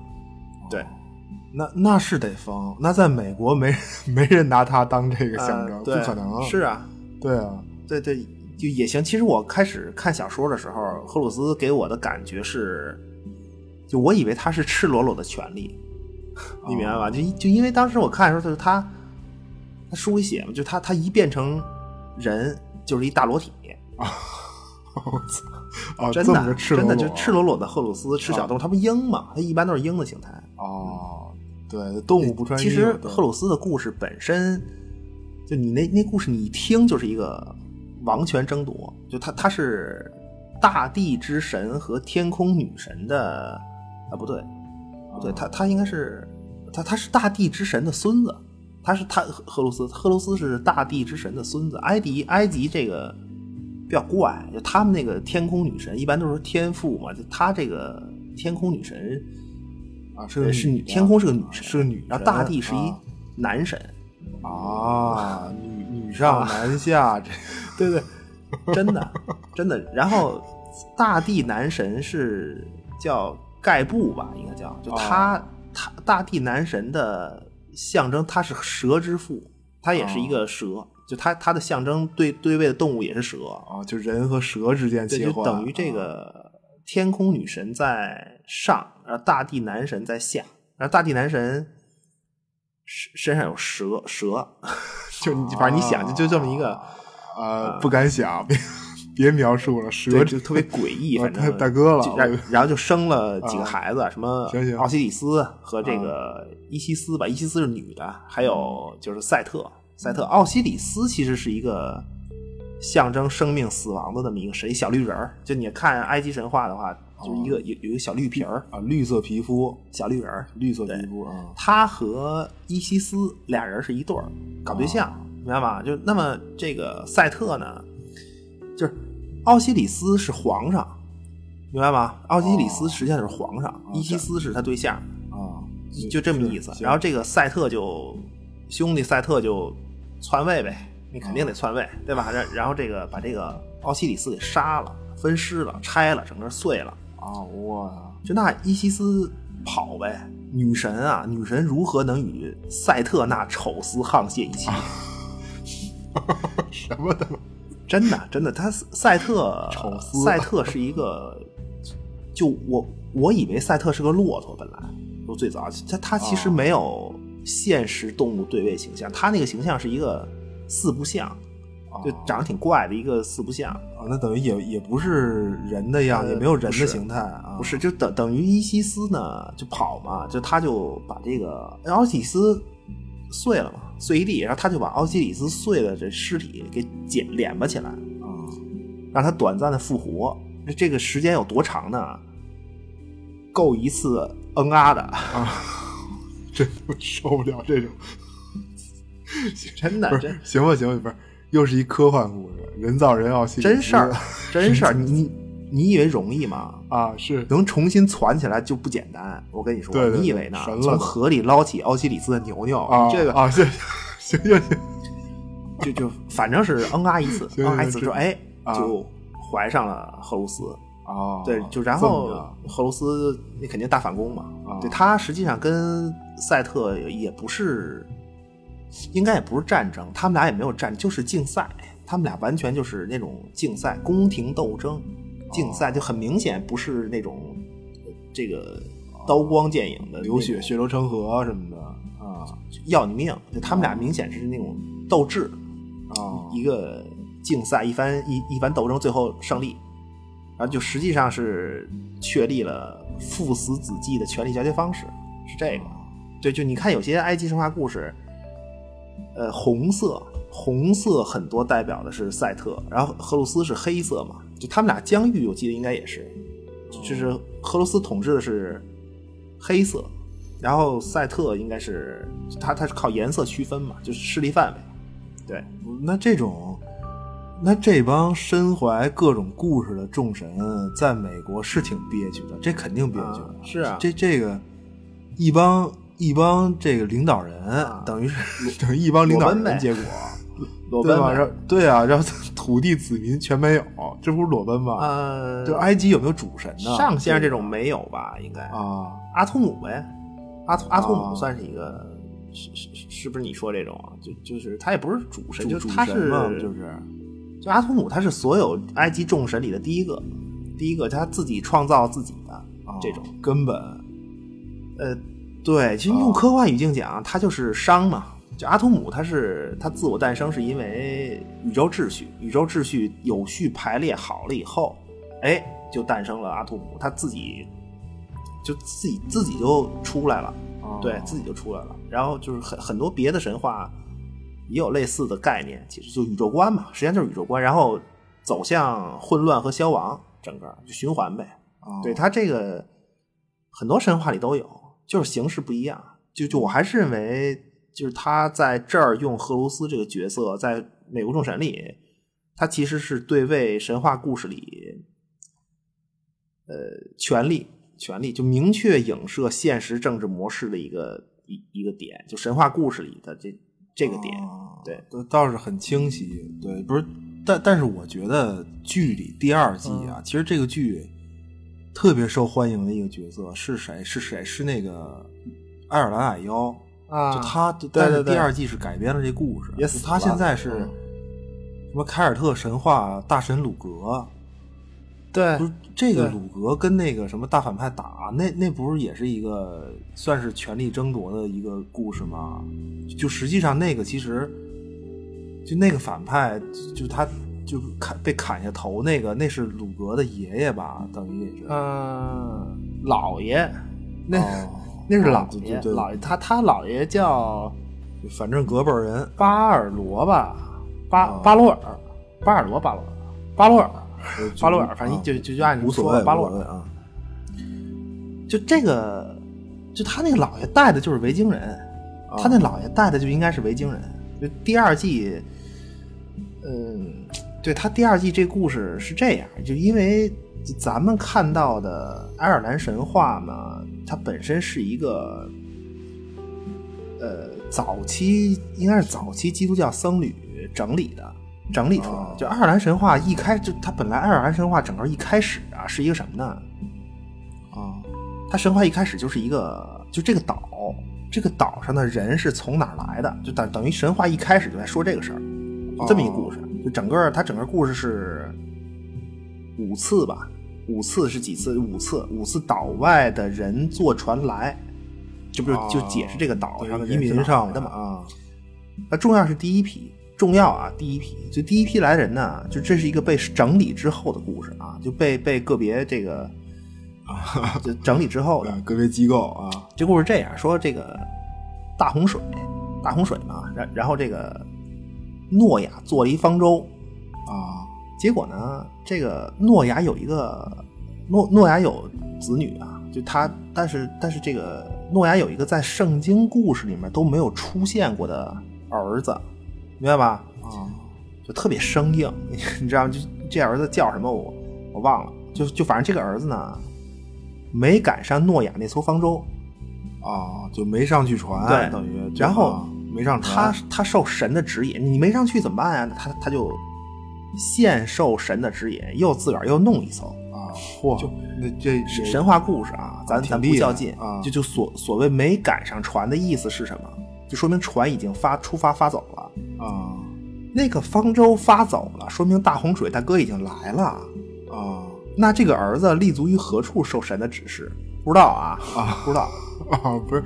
Speaker 4: 对，
Speaker 2: 那那是得封，那在美国没人没人拿它当这个
Speaker 4: 呃
Speaker 2: 象征，不
Speaker 4: 对
Speaker 2: 可能，
Speaker 4: 是啊，
Speaker 2: 对啊，
Speaker 4: 对对，就也行。其实我开始看小说的时候，赫鲁斯给我的感觉是，就我以为他是赤裸裸的权利， [LAUGHS] 你明白
Speaker 2: 哦
Speaker 4: 吧？就就因为当时我看的时候，就是他，他书里写嘛，就他他一变成人就是一大裸体，
Speaker 2: 我操，啊，
Speaker 4: 真
Speaker 2: 这么
Speaker 4: 的
Speaker 2: 个赤裸
Speaker 4: 真
Speaker 2: 裸，啊
Speaker 4: 的就赤裸裸的赫鲁斯吃小动物，他不鹰嘛，他一般都是鹰的形态。
Speaker 2: 啊，对，动物不穿衣
Speaker 4: 其
Speaker 2: 服，
Speaker 4: 实
Speaker 2: 对
Speaker 4: 赫鲁斯的故事本身，就你那那故事，你一听就是一个王权争夺，就他他是大地之神和天空女神的啊，不对，不
Speaker 2: 啊
Speaker 4: 对，他他应该是他他是大地之神的孙子，他是他赫赫鲁斯，赫鲁斯是大地之神的孙子，埃及埃及这个。比较怪，就他们那个天空女神一般都是天赋嘛，就他这个天空女神
Speaker 2: 啊是个
Speaker 4: 呃是
Speaker 2: 女
Speaker 4: 女
Speaker 2: 的啊
Speaker 4: 天空是个女神，
Speaker 2: 是个女神
Speaker 4: 然后大地是一
Speaker 2: 啊
Speaker 4: 男神，
Speaker 2: 啊，女女上男下，这
Speaker 4: 对对，真的真的。
Speaker 2: [LAUGHS]
Speaker 4: 然后大地男神是叫盖布吧，应该叫，就他、
Speaker 2: 哦
Speaker 4: 他大地男神的象征，他是蛇之父，他也是一
Speaker 2: 哦
Speaker 4: 个蛇，就他他的象征对对位的动物也是蛇，
Speaker 2: 啊，就人和蛇之间
Speaker 4: 对，
Speaker 2: 切
Speaker 4: 就
Speaker 2: 换，啊
Speaker 4: 等于这个天空女神在上，然后大地男神在下，然后大地男神身身上有蛇蛇，就你反正你想就就这么一个，嗯
Speaker 2: 啊，不敢想，别别描述了，
Speaker 4: 对，
Speaker 2: 蛇
Speaker 4: 就特别诡
Speaker 2: [LAUGHS]
Speaker 4: 异，
Speaker 2: 啊
Speaker 4: 反
Speaker 2: 太
Speaker 4: 正
Speaker 2: 大哥了
Speaker 4: 就
Speaker 2: 我
Speaker 4: 然然后就生了几个
Speaker 2: 啊
Speaker 4: 孩子，什么
Speaker 2: 行啊行
Speaker 4: 奥西里斯和这个伊西斯吧，伊西斯是女的，还有就是赛特，赛特奥西里斯其实是一个。象征生命、死亡的那么一个神，一小绿人儿。就你看埃及神话的话，就是
Speaker 2: 哦
Speaker 4: 一个有有一个小绿皮儿，
Speaker 2: 啊，绿色皮肤，
Speaker 4: 小绿人儿。
Speaker 2: 绿色皮肤啊，
Speaker 4: 他和伊西斯俩人是一对儿，搞对象，
Speaker 2: 哦
Speaker 4: 明白吗？就那么这个赛特呢，就是奥西里斯是皇上，明白吗？奥西里斯实际上就是皇上，伊西斯是他对象，
Speaker 2: 啊，
Speaker 4: 就就这么意思。
Speaker 2: 哦是
Speaker 4: 然后这个赛特就兄弟赛特就篡位呗，你肯定得篡
Speaker 2: 哦
Speaker 4: 位，对吧？然然后这个把这个奥西里斯给杀了、分尸了、拆了，整个碎了。
Speaker 2: 啊，我
Speaker 4: 就那伊西斯跑呗，女神啊，女神如何能与赛特那丑斯沆瀣一气？
Speaker 2: 啊
Speaker 4: [LAUGHS]
Speaker 2: 什么的
Speaker 4: 真的，真的，他赛特
Speaker 2: 丑斯
Speaker 4: 赛特是一个，就我我以为赛特是个骆驼，本来我最早他他其
Speaker 2: 哦
Speaker 4: 实没有现实动物对位形象，他那个形象是一个四不像，就长得挺怪的一个四不像。
Speaker 2: 啊，那等于也也不是人的样，
Speaker 4: 呃
Speaker 2: 也没有人
Speaker 4: 不
Speaker 2: 的
Speaker 4: 是
Speaker 2: 形态啊，
Speaker 4: 不是，就等等于伊西斯呢就跑嘛，就他就把这个哎奥西里斯碎了嘛，碎一地，然后他就把奥西里斯碎的这尸体给捡敛巴起来，
Speaker 2: 啊，
Speaker 4: 让他短暂的复活。那这个时间有多长呢？够一次嗯啊的， [LAUGHS]
Speaker 2: 真他妈受不了这种，
Speaker 4: 真的
Speaker 2: 不
Speaker 4: 啊真
Speaker 2: 是，行吧行吧，不是，又是一科幻故事，人造人奥西里斯
Speaker 4: 真事
Speaker 2: [LAUGHS]
Speaker 4: 儿，真事儿。你你你以为容易吗？
Speaker 2: 啊，是
Speaker 4: 能重新攒起来就不简单，我跟你说，
Speaker 2: 对对对
Speaker 4: 你以为呢
Speaker 2: 神？了
Speaker 4: 从河里捞起奥西里斯的牛牛，
Speaker 2: 啊，
Speaker 4: 这个
Speaker 2: 啊，行行行行，
Speaker 4: 就就反正是嗯啊一次，
Speaker 2: [LAUGHS] 行
Speaker 4: 嗯啊一次
Speaker 2: 行
Speaker 4: 之后，哎，
Speaker 2: 啊
Speaker 4: 就怀上了赫鲁斯。
Speaker 2: 啊，
Speaker 4: 对，就然
Speaker 2: 这么
Speaker 4: 后
Speaker 2: 着
Speaker 4: 赫鲁斯那肯定大反攻嘛
Speaker 2: 啊。
Speaker 4: 对他实际上跟赛特也不是，应该也不是战争，他们俩也没有战，就是竞赛。他们俩完全就是那种竞赛、宫廷斗争、竞
Speaker 2: 哦
Speaker 4: 赛，就很明显不是那种呃这个刀光剑影的
Speaker 2: 流血
Speaker 4: 那种
Speaker 2: 血流成河什么的啊
Speaker 4: 要你命。就他们
Speaker 2: 哦
Speaker 4: 俩明显是那种斗志。
Speaker 2: 啊
Speaker 4: 一个竞赛，一番一一番斗争，最后胜利，然后就实际上是确立了父死子继的权力交接方式，是这个。
Speaker 2: 嗯
Speaker 4: 对，就你看有些埃及神话故事，呃，红色，红色很多代表的是赛特，然后荷鲁斯是黑色嘛，就他们俩疆域，我记得应该也是，就是俄罗斯统治的是黑色，然后赛特应该是它它是靠颜色区分嘛，就是势力范围。对，
Speaker 2: 那这种，那这帮身怀各种故事的众神，在美国是挺憋屈的，这肯定憋屈、
Speaker 4: 啊是啊
Speaker 2: 这这个一帮一帮这个领导人，
Speaker 4: 啊
Speaker 2: 等于是等于一帮领导
Speaker 4: 裸奔呗
Speaker 2: 人，结果
Speaker 4: 裸
Speaker 2: 对
Speaker 4: 奔
Speaker 2: 吧？
Speaker 4: 嘛
Speaker 2: 然后对啊，然后 [LAUGHS] 土地子民全没有，这不是裸奔吗？
Speaker 4: 呃，
Speaker 2: 就埃及有没有主神呢？
Speaker 4: 上先生这种没有吧？应该哦
Speaker 2: 啊，
Speaker 4: 阿图姆呗，阿图阿图
Speaker 2: 啊
Speaker 4: 姆算是一个，是是是是不是你说这种啊？就就是他也不是主神，
Speaker 2: 主
Speaker 4: 就
Speaker 2: 主
Speaker 4: 他
Speaker 2: 神
Speaker 4: 是
Speaker 2: 嘛，就是啊
Speaker 4: 就阿图姆他是所有埃及众神里的第一个，第一个他自己创造自己的、
Speaker 2: 啊
Speaker 4: 这种。
Speaker 2: 根本
Speaker 4: 呃，对，其实用科幻语境讲，他就是商嘛。就阿图姆他是他自我诞生是因为宇宙秩序，宇宙秩序有序排列好了以后，哎，就诞生了阿图姆，他自己就自己自己就出来了。
Speaker 2: 啊
Speaker 4: 对自己就出来了。然后就是很很多别的神话也有类似的概念，其实就宇宙观嘛，实际上就是宇宙观，然后走向混乱和消亡，整个就循环呗。
Speaker 2: 啊
Speaker 4: 对它这个很多神话里都有，就是形式不一样。就就我还是认为，就是他在这儿用赫卢斯这个角色，在美国众神里，他其实是对位神话故事里，呃，权力权力就明确影射现实政治模式的一个一一个点，就神话故事里的这这个点。
Speaker 2: 啊
Speaker 4: 对，
Speaker 2: 倒倒是很清晰。对，不是，但但是我觉得剧里第二季
Speaker 4: 嗯
Speaker 2: 啊，其实这个剧特别受欢迎的一个角色是谁？是谁？是那个爱尔兰矮妖
Speaker 4: 啊
Speaker 2: 就他，
Speaker 4: 对
Speaker 2: 但
Speaker 4: 对
Speaker 2: 是
Speaker 4: 对
Speaker 2: 第二季是改编了这故事，就
Speaker 4: 也死
Speaker 2: 他现
Speaker 4: 了
Speaker 2: 在是
Speaker 4: 嗯
Speaker 2: 什么凯尔特神话大神鲁格。
Speaker 4: 对
Speaker 2: 不是这个
Speaker 4: 哎对
Speaker 2: 鲁格跟那个什么大反派打，那那不是也是一个算是权力争夺的一个故事吗？就实际上那个其实，就那个反派，就他就砍被砍下头那个，那是鲁格的爷爷吧？等于也是，
Speaker 4: 嗯，老爷，呃那、
Speaker 2: 哦
Speaker 4: 那是
Speaker 2: 哦
Speaker 4: 老
Speaker 2: 对
Speaker 4: 爷，
Speaker 2: 对对
Speaker 4: 老爷他他老爷叫
Speaker 2: 反正隔辈儿人
Speaker 4: 巴尔罗吧，巴、
Speaker 2: 哦
Speaker 4: 巴罗尔，巴尔罗巴罗尔，巴罗尔，巴罗尔，反正
Speaker 2: 啊
Speaker 4: 就就就按你
Speaker 2: 无所
Speaker 4: 说
Speaker 2: 谓，
Speaker 4: 巴
Speaker 2: 无
Speaker 4: 罗
Speaker 2: 所谓
Speaker 4: 尔，
Speaker 2: 啊。
Speaker 4: 就这个，就他那个老爷带的就是维京人，他那老爷带的就应该是维京人。就第二季，嗯，对他第二季这故事是这样，就因为咱们看到的爱尔兰神话嘛，它本身是一个，呃，早期应该是早期基督教僧侣整理的。整理出来的，就爱尔兰神话一开就它本来爱尔兰神话整个一开始啊是一个什么呢？嗯
Speaker 2: 啊
Speaker 4: 它神话一开始就是一个，就这个岛，这个岛上的人是从哪儿来的，就等等于神话一开始就在说这个事儿，就这么一个故
Speaker 2: 哦
Speaker 4: 事。就整个它整个故事是五次吧，五次是几次？五次，五次岛外的人坐船来，这不就
Speaker 2: 哦
Speaker 4: 就解释这个岛上的
Speaker 2: 对
Speaker 4: 人
Speaker 2: 移
Speaker 4: 是
Speaker 2: 民
Speaker 4: 哪儿
Speaker 2: 上
Speaker 4: 来
Speaker 2: 来
Speaker 4: 的嘛？
Speaker 2: 啊
Speaker 4: 那重要是第一批，重要啊，第一批，就第一批来人呢，就这是一个被整理之后的故事啊，就被被个别这个。啊，就整理之后
Speaker 2: [LAUGHS]
Speaker 4: 的，
Speaker 2: 对个别机构啊，
Speaker 4: 这故事这样说：这个大洪水，大洪水嘛，然然后这个诺亚做了一方舟，
Speaker 2: 啊
Speaker 4: 结果呢，这个诺亚有一个诺诺亚有子女啊，就他，但是但是这个诺亚有一个在圣经故事里面都没有出现过的儿子，明白吧？
Speaker 2: 啊
Speaker 4: 就特别生硬， [LAUGHS] 你知道吗？就这儿子叫什么我我忘了，就就反正这个儿子呢，没赶上诺亚那艘方舟，
Speaker 2: 啊，就没上去船，
Speaker 4: 对
Speaker 2: 等于就
Speaker 4: 然后
Speaker 2: 啊没上船
Speaker 4: 他他受神的指引，你没上去怎么办呀、他他就现受神的指引，又自个儿又弄一艘
Speaker 2: 啊，嚯，就那这
Speaker 4: 是
Speaker 2: 也
Speaker 4: 神话故事啊，咱
Speaker 2: 挺
Speaker 4: 咱
Speaker 2: 厉
Speaker 4: 不
Speaker 2: 害
Speaker 4: 较劲
Speaker 2: 啊
Speaker 4: 就就所所谓没赶上船的意思是什么？就说明船已经发出发发走了，
Speaker 2: 啊
Speaker 4: 那个方舟发走了，说明大洪水大哥已经来了。
Speaker 2: 啊 [LAUGHS]
Speaker 4: 那这个儿子立足于何处受神的指示？不知道啊啊，不知道。
Speaker 2: 啊！不是，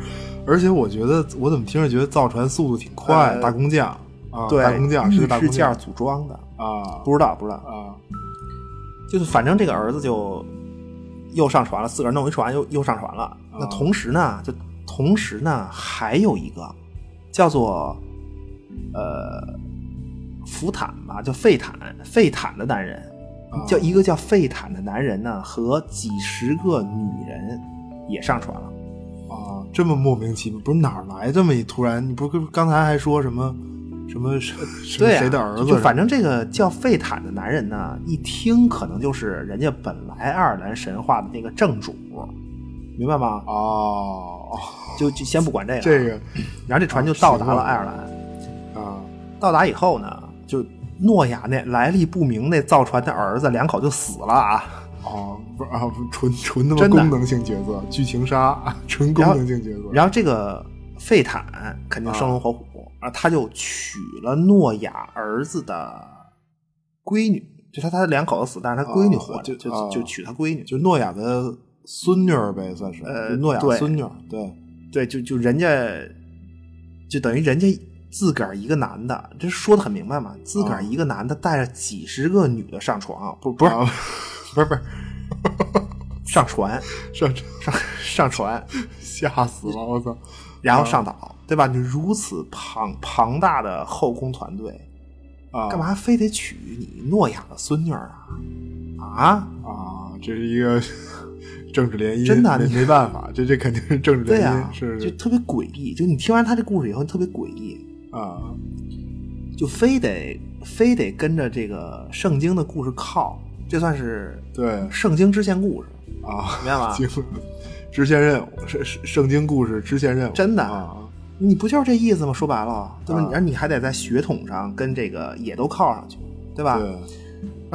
Speaker 2: 而且我觉得我怎么听着觉得造船速度挺快，
Speaker 4: 呃
Speaker 2: 大工匠啊，
Speaker 4: 对，
Speaker 2: 大工匠是
Speaker 4: 御
Speaker 2: 个大
Speaker 4: 制
Speaker 2: 工
Speaker 4: 件
Speaker 2: 匠
Speaker 4: 组装的，
Speaker 2: 啊，
Speaker 4: 不知道不知道。
Speaker 2: 啊
Speaker 4: 就是反正这个儿子就又上船了，自个儿弄一船又又上船了。
Speaker 2: 啊
Speaker 4: 那同时呢，就同时呢还有一个叫做呃福坦吧，叫费坦费坦的男人，
Speaker 2: 啊
Speaker 4: 叫一个叫费坦的男人呢，和几十个女人也上船了。
Speaker 2: 啊，这么莫名其妙，不是哪儿来这么一突然？你不是刚才还说什么什么什什么
Speaker 4: 对、啊，
Speaker 2: 谁的儿子什
Speaker 4: 就
Speaker 2: 么？
Speaker 4: 反正这个叫费坦的男人呢，一听可能就是人家本来爱尔兰神话的那个正主，明白吗？
Speaker 2: 哦，哦
Speaker 4: 就就先不管这个，啊
Speaker 2: 这个哦
Speaker 4: 然后这船就到达了爱尔兰。
Speaker 2: 啊，
Speaker 4: 到达以后呢，就诺亚那来历不明那造船的儿子两口就死了啊。
Speaker 2: 哦，不是啊，不纯纯他妈
Speaker 4: 真的
Speaker 2: 功能性角色，剧情杀，纯功能性角色。
Speaker 4: 然后这个费坦肯定生龙活虎，啊，他就娶了诺亚儿子的闺女，就他他两口子死，但是他闺女活着，
Speaker 2: 啊就
Speaker 4: 就
Speaker 2: 啊
Speaker 4: 就娶他闺女，
Speaker 2: 就诺亚的孙女儿呗，算是
Speaker 4: 呃
Speaker 2: 就诺亚
Speaker 4: 对
Speaker 2: 孙女儿，对，
Speaker 4: 对，就就人家就等于人家自个儿一个男的，这说的很明白嘛，自
Speaker 2: 哦
Speaker 4: 个儿一个男的带着几十个女的上床，不不是、
Speaker 2: 啊
Speaker 4: 不是不是上船
Speaker 2: [LAUGHS] 上
Speaker 4: 上上船，
Speaker 2: [LAUGHS] 吓死了，我操！
Speaker 4: 然后上岛，
Speaker 2: 哦
Speaker 4: 对吧？你如此庞庞大的后宫团队。
Speaker 2: 啊，
Speaker 4: 干嘛非得娶你诺亚的孙女儿啊？啊，
Speaker 2: 啊？这是一个 [LAUGHS] 政治联姻，
Speaker 4: 真的啊
Speaker 2: 没
Speaker 4: 你
Speaker 2: 没办法，这这肯定是政治
Speaker 4: [LAUGHS] 对
Speaker 2: 联
Speaker 4: 呀、
Speaker 2: 姻，是
Speaker 4: 就特别诡异。就你听完他这故事以后，你特别诡异，
Speaker 2: 啊
Speaker 4: 就非得非得跟着这个圣经的故事靠，这算是
Speaker 2: 对
Speaker 4: 圣经支线故事，
Speaker 2: 啊，
Speaker 4: 明白吗？
Speaker 2: 经支线任务，圣圣圣经故事支线任务，
Speaker 4: 真的
Speaker 2: 啊
Speaker 4: 你不就是这意思吗？说白了，对吧？
Speaker 2: 啊
Speaker 4: 然后你还得在血统上跟这个也都靠上去，对吧？
Speaker 2: 对
Speaker 4: 啊，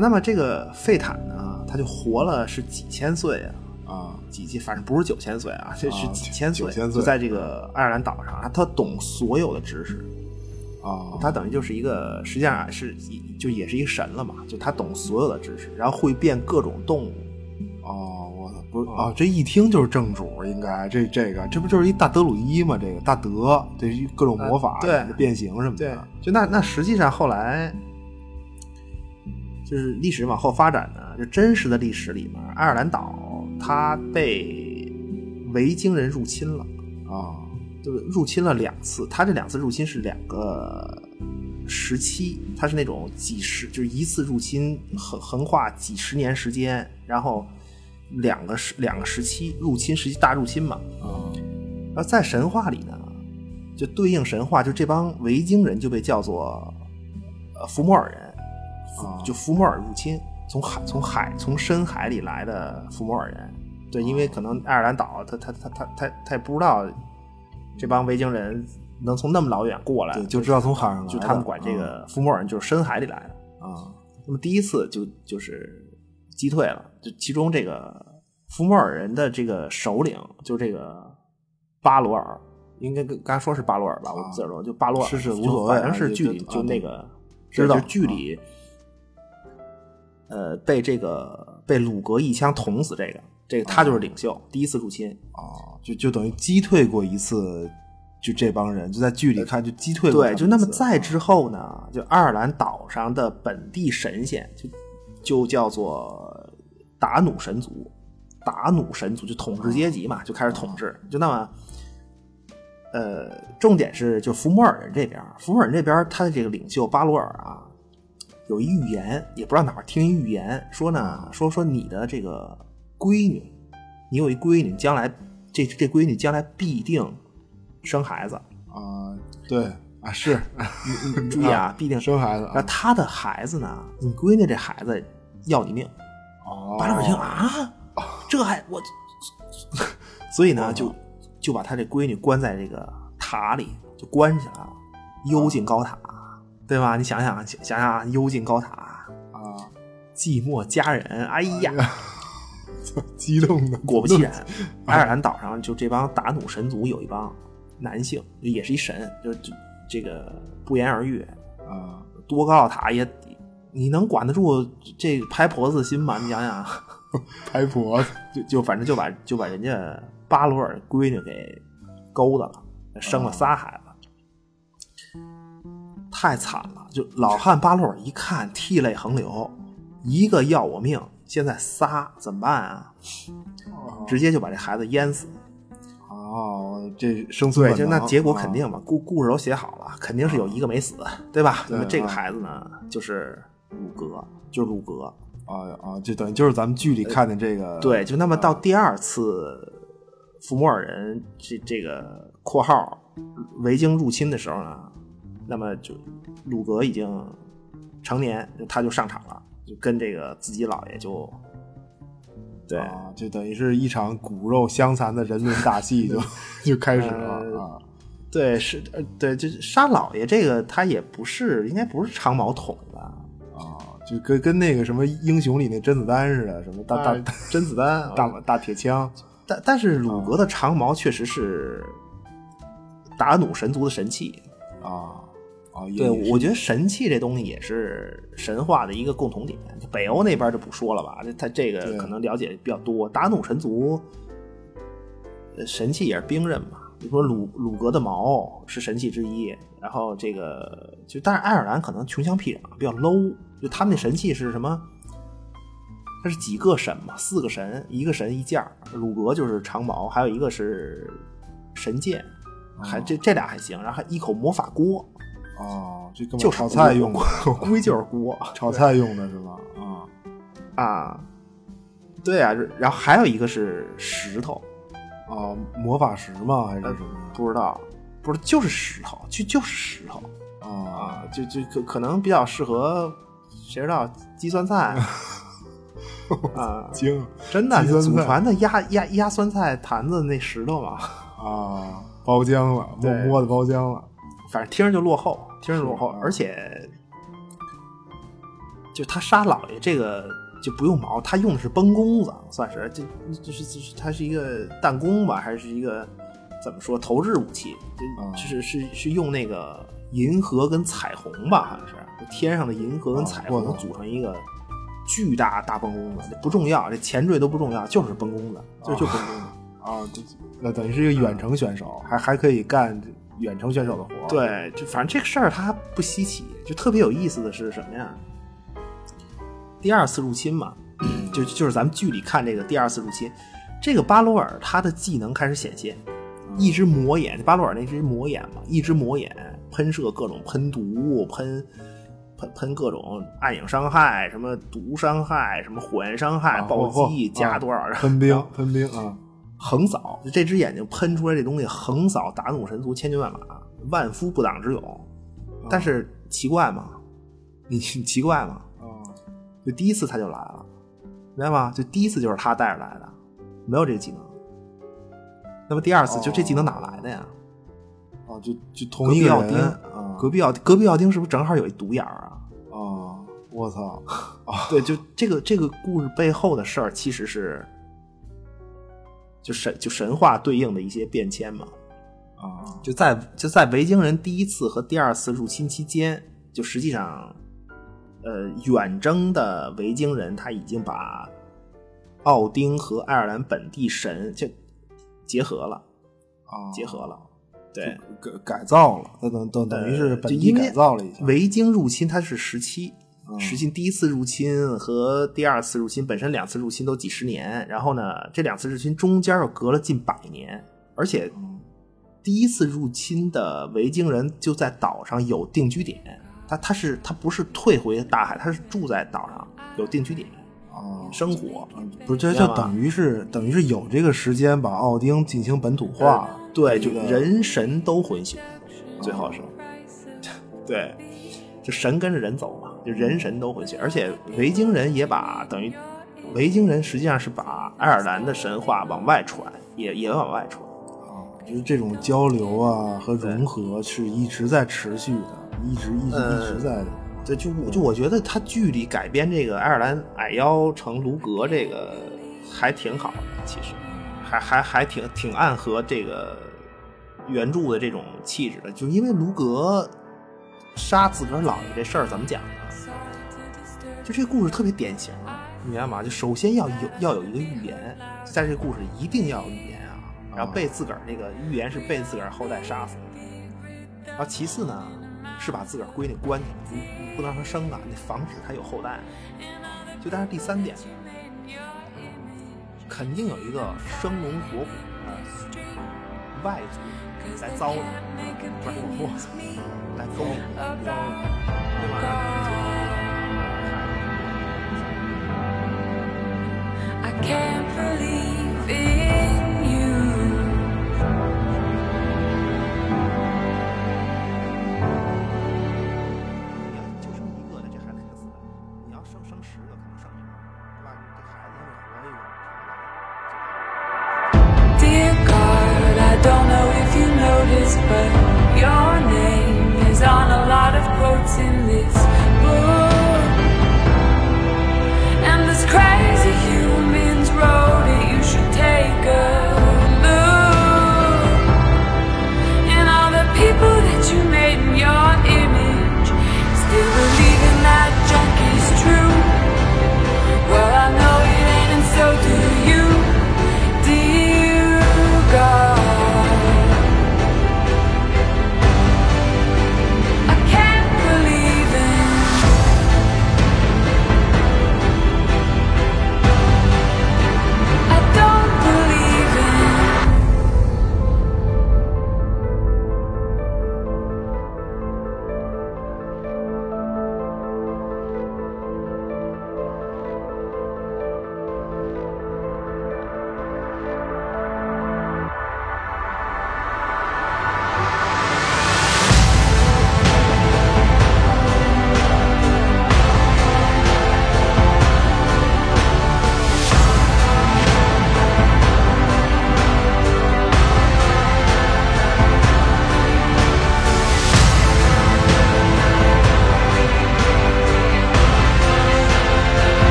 Speaker 4: 那么这个费坦呢，他就活了是几千岁啊，
Speaker 2: 啊
Speaker 4: 几千，反正不是九千岁啊，这是
Speaker 2: 啊
Speaker 4: 几千岁，
Speaker 2: 九千岁
Speaker 4: 就在这个爱尔兰岛上，他懂所有的知识，
Speaker 2: 啊，
Speaker 4: 他等于就是一个，实际上是就也是一个神了嘛，就他懂所有的知识，然后会变各种动物，
Speaker 2: 哦，我操，不是啊，这一听就是正主，应该这这个这不就是一大德鲁伊吗？这个大德，这一各种魔法、
Speaker 4: 呃对
Speaker 2: 变形什么的，，啊
Speaker 4: 就那那实际上后来。就是历史往后发展呢，就真实的历史里面，爱尔兰岛它被维京人入侵了，
Speaker 2: 啊
Speaker 4: 就是入侵了两次，他这两次入侵是两个时期，他是那种几十，就是一次入侵横横跨几十年时间，然后两个时两个时期入侵时期大入侵嘛。
Speaker 2: 啊
Speaker 4: 然后在神话里呢，就对应神话，就这帮维京人就被叫做呃福摩尔人，
Speaker 2: 啊
Speaker 4: 就福摩尔入侵，从海从海从深海里来的福摩尔人。对，因为
Speaker 2: 啊
Speaker 4: 可能爱尔兰岛，他他他他他他也不知道这帮维京人能从那么老远过来，
Speaker 2: 对，就知道从海上来的，
Speaker 4: 就他们管这个福摩尔人就是深海里来的。
Speaker 2: 啊
Speaker 4: 那么第一次就就是击退了，就其中这个福摩尔人的这个首领就这个巴罗尔，应该跟刚才说是巴罗尔吧，我自个儿说就巴罗尔，
Speaker 2: 啊是是
Speaker 4: 就
Speaker 2: 无所谓
Speaker 4: 反正是剧里
Speaker 2: 啊就
Speaker 4: 就那个
Speaker 2: 知道
Speaker 4: 就剧里，呃，被这个被鲁格一枪捅死这个，这个他就是领袖，第一次入侵，
Speaker 2: 啊，就就等于击退过一次，就这帮人就在剧里看就击退过他
Speaker 4: 对，
Speaker 2: 们一次，
Speaker 4: 就那么再之后呢，就爱尔兰岛上的本地神仙就就叫做达努神族，达努神族就统治阶级嘛，就开始统
Speaker 2: 啊
Speaker 4: 治。就那么，呃，重点是就福摩尔人这边儿，福摩尔人这边儿他的这个领袖巴罗尔啊，有一预言，也不知道哪儿听一预言说呢，说说你的这个闺女，你有一闺女，将来这这闺女将来必定生孩子。
Speaker 2: 啊，对啊是，
Speaker 4: 注意啊，必定
Speaker 2: 生孩子
Speaker 4: 然后
Speaker 2: 啊，
Speaker 4: 他的孩子呢，你闺女这孩子要你命。
Speaker 2: 哦
Speaker 4: 巴拉尔听啊，这还我， [LAUGHS] 所以呢，就就把他这闺女关在这个塔里，就关起来了，幽禁高塔，对吧？你想想，想想啊，幽禁高塔，
Speaker 2: 啊，
Speaker 4: 寂寞佳人，哎呀，哎
Speaker 2: 激动的，
Speaker 4: [LAUGHS] 果不其然，爱尔兰岛上就这帮达努神族有一帮男性，也是一神，就就这个不言而喻，
Speaker 2: 啊
Speaker 4: 多高塔也，你能管得住这拍婆子的心吗？你想想，
Speaker 2: 拍婆子
Speaker 4: 就 [LAUGHS] 就反正就把就把人家巴罗尔闺女给勾搭了，生了仨孩子，太惨了！就老汉巴罗尔一看，涕泪横流，一个要我命，现在仨怎么办啊？直接就把这孩子淹死。
Speaker 2: 哦，这生存
Speaker 4: 对，
Speaker 2: 本
Speaker 4: 就那
Speaker 2: 能
Speaker 4: 结果
Speaker 2: 啊
Speaker 4: 肯定嘛，故故事都写好了，肯定是有一个没死，对吧？
Speaker 2: 对
Speaker 4: 那么这个
Speaker 2: 啊
Speaker 4: 孩子呢，就是鲁格，就是鲁格，
Speaker 2: 啊啊，就等于就是咱们剧里看的这个，
Speaker 4: 呃对，就那么到第二次伏魔尔人这这个（括号）维京入侵的时候呢，那么就鲁格已经成年，他就上场了，就跟这个自己姥爷就对、
Speaker 2: 啊，就等于是一场骨肉相残的人伦大
Speaker 4: [LAUGHS]
Speaker 2: 戏就就开始了
Speaker 4: 呃
Speaker 2: 啊。
Speaker 4: 对是呃对，就是杀姥爷这个他也不是应该不是长矛捅吧？
Speaker 2: 啊，就跟跟那个什么英雄里那甄子丹似的，什么大大、 [LAUGHS]
Speaker 4: 哎甄子丹
Speaker 2: 大啊大铁枪，
Speaker 4: 但但是鲁格的长矛确实是达努神族的神器。
Speaker 2: 啊啊，也
Speaker 4: 对，
Speaker 2: 也是
Speaker 4: 我觉得神器这东西也是神话的一个共同点。北欧那边就不说了吧，这他这个
Speaker 2: 对
Speaker 4: 可能了解比较多。达努神族，呃神器也是兵刃嘛。你说鲁鲁格的矛是神器之一，然后这个就但是爱尔兰可能穷乡僻壤，比较 low，就他们那神器是什么？它是几个神嘛？四个神，一个神一件儿。鲁格就是长矛，还有一个是神剑，
Speaker 2: 哦
Speaker 4: 还这这俩还行。然后还一口魔法锅，
Speaker 2: 啊，这根本
Speaker 4: 就是
Speaker 2: 炒菜用的，
Speaker 4: 我估计就是锅
Speaker 2: 炒菜用的是吧？啊
Speaker 4: 啊。对啊，然后还有一个是石头，
Speaker 2: 啊，魔法石吗？还是什么？啊
Speaker 4: 不知道，不是就是石头，就就是石头
Speaker 2: 啊
Speaker 4: 啊，就就可可能比较适合，谁知道鸡
Speaker 2: [LAUGHS]
Speaker 4: 酸菜啊，
Speaker 2: 精
Speaker 4: 真的
Speaker 2: 鸡
Speaker 4: 就
Speaker 2: 酸
Speaker 4: 祖
Speaker 2: 菜
Speaker 4: 传的压压压酸菜坛子那石头嘛，
Speaker 2: 啊，包浆了，摸
Speaker 4: 对
Speaker 2: 摸的包浆了。
Speaker 4: 反正听着就落后，听着落后
Speaker 2: 是啊，
Speaker 4: 而且就他杀老爷这个就不用矛，他用的是崩弓子，算是这就是就是他是一个弹弓吧，还是一个怎么说投掷武器？就
Speaker 2: 啊
Speaker 4: 就是是是用那个银河跟彩虹吧，好像是天上的银河跟彩
Speaker 2: 啊我
Speaker 4: 虹
Speaker 2: 操
Speaker 4: 组成一个。巨大大崩弓子，这不重要，这前缀都不重要，就是崩弓子，就就崩弓子。
Speaker 2: 啊，这那等于是一个远程选手，还还可以干远程选手的活儿。
Speaker 4: 对，就反正这个事儿它不稀奇，就特别有意思的是什么呀？第二次入侵嘛，就就是咱们剧里看这个第二次入侵，这个巴罗尔他的技能开始显现，一只魔眼，巴罗尔那只魔眼嘛，一只魔眼喷射各种喷毒，喷喷喷各种暗影伤害，什么毒伤害，什么火焰伤害，
Speaker 2: 啊
Speaker 4: 暴
Speaker 2: 嚯
Speaker 4: 击
Speaker 2: 嚯
Speaker 4: 加
Speaker 2: 啊
Speaker 4: 多少，然后
Speaker 2: 喷
Speaker 4: [LAUGHS]
Speaker 2: 冰喷冰啊
Speaker 4: 横扫，就这只眼睛喷出来这东西，横扫达努神族千军万马，万夫不挡之
Speaker 2: 啊
Speaker 4: 勇。但是奇怪吗？你 [LAUGHS] 你奇怪吗？
Speaker 2: 啊
Speaker 4: 就第一次他就来了，明白吗？就第一次就是他带着来的，没有这个技能。那么第二次，就这技能哪来的呀？
Speaker 2: 啊！就就
Speaker 4: 隔
Speaker 2: 哦同一
Speaker 4: 壁
Speaker 2: 个
Speaker 4: 奥丁
Speaker 2: 人啊，
Speaker 4: 隔壁奥隔壁奥丁是不是正好有一独眼儿啊？
Speaker 2: 啊！我
Speaker 4: [LAUGHS]
Speaker 2: 操！
Speaker 4: 对，就这个这个故事背后的事儿，其实是就神就神话对应的一些变迁嘛。
Speaker 2: 啊
Speaker 4: 就在就在维京人第一次和第二次入侵期间，就实际上，呃，远征的维京人他已经把奥丁和爱尔兰本地神就结合了，
Speaker 2: 啊！
Speaker 4: 结合了。对，
Speaker 2: 改改造了，那等等
Speaker 4: 呃
Speaker 2: 等于是本地改造了一下
Speaker 4: 维京入侵它是时期，
Speaker 2: 嗯
Speaker 4: 时期第一次入侵和第二次入侵本身两次入侵都几十年，然后呢，这两次入侵中间又隔了近百年，而且
Speaker 2: 嗯
Speaker 4: 第一次入侵的维京人就在岛上有定居点，他他是他不是退回大海，他是住在岛上有定居点
Speaker 2: 啊！
Speaker 4: 生活，
Speaker 2: 不是，这
Speaker 4: 知道
Speaker 2: 就
Speaker 4: 吧
Speaker 2: 等于是等于是有这个时间把奥丁进行本土化了。
Speaker 4: 呃对，
Speaker 2: 这
Speaker 4: 就
Speaker 2: 个啊
Speaker 4: 人神都混血，最后是， [LAUGHS] 对，就神跟着人走嘛，就人神都混血，
Speaker 2: 嗯
Speaker 4: 而且维京人也把等于维京人实际上是把爱尔兰的神话往外传，也也往外传，
Speaker 2: 啊，
Speaker 4: 呃
Speaker 2: 就是这种交流啊和融合是一直在持续的，一直一直一直在的。
Speaker 4: 呃对，就我就我觉得他剧里改编这个爱尔兰矮腰城卢格这个还挺好的，其实还还还挺挺暗合这个原著的这种气质的，就因为卢格杀自个儿姥爷这事儿怎么讲呢？就这故事特别典型，啊你明白吗？就首先要有要有一个预言，在这故事一定要有预言啊，然后被自个儿这个预言是被自个儿后代杀死的。然后啊其次呢，是把自个儿闺女关起来，你你不能让她生啊，你防止她有后代。就但是第三点，肯定有一个生龙活虎的外族来糟蹋，不是我来勾引你，对吧？
Speaker 5: 上十个，可能上一个。
Speaker 4: 对吧？这孩子还得活一个。
Speaker 6: Dear God, I don't know if you noticed, but your name is on a lot of quotes in this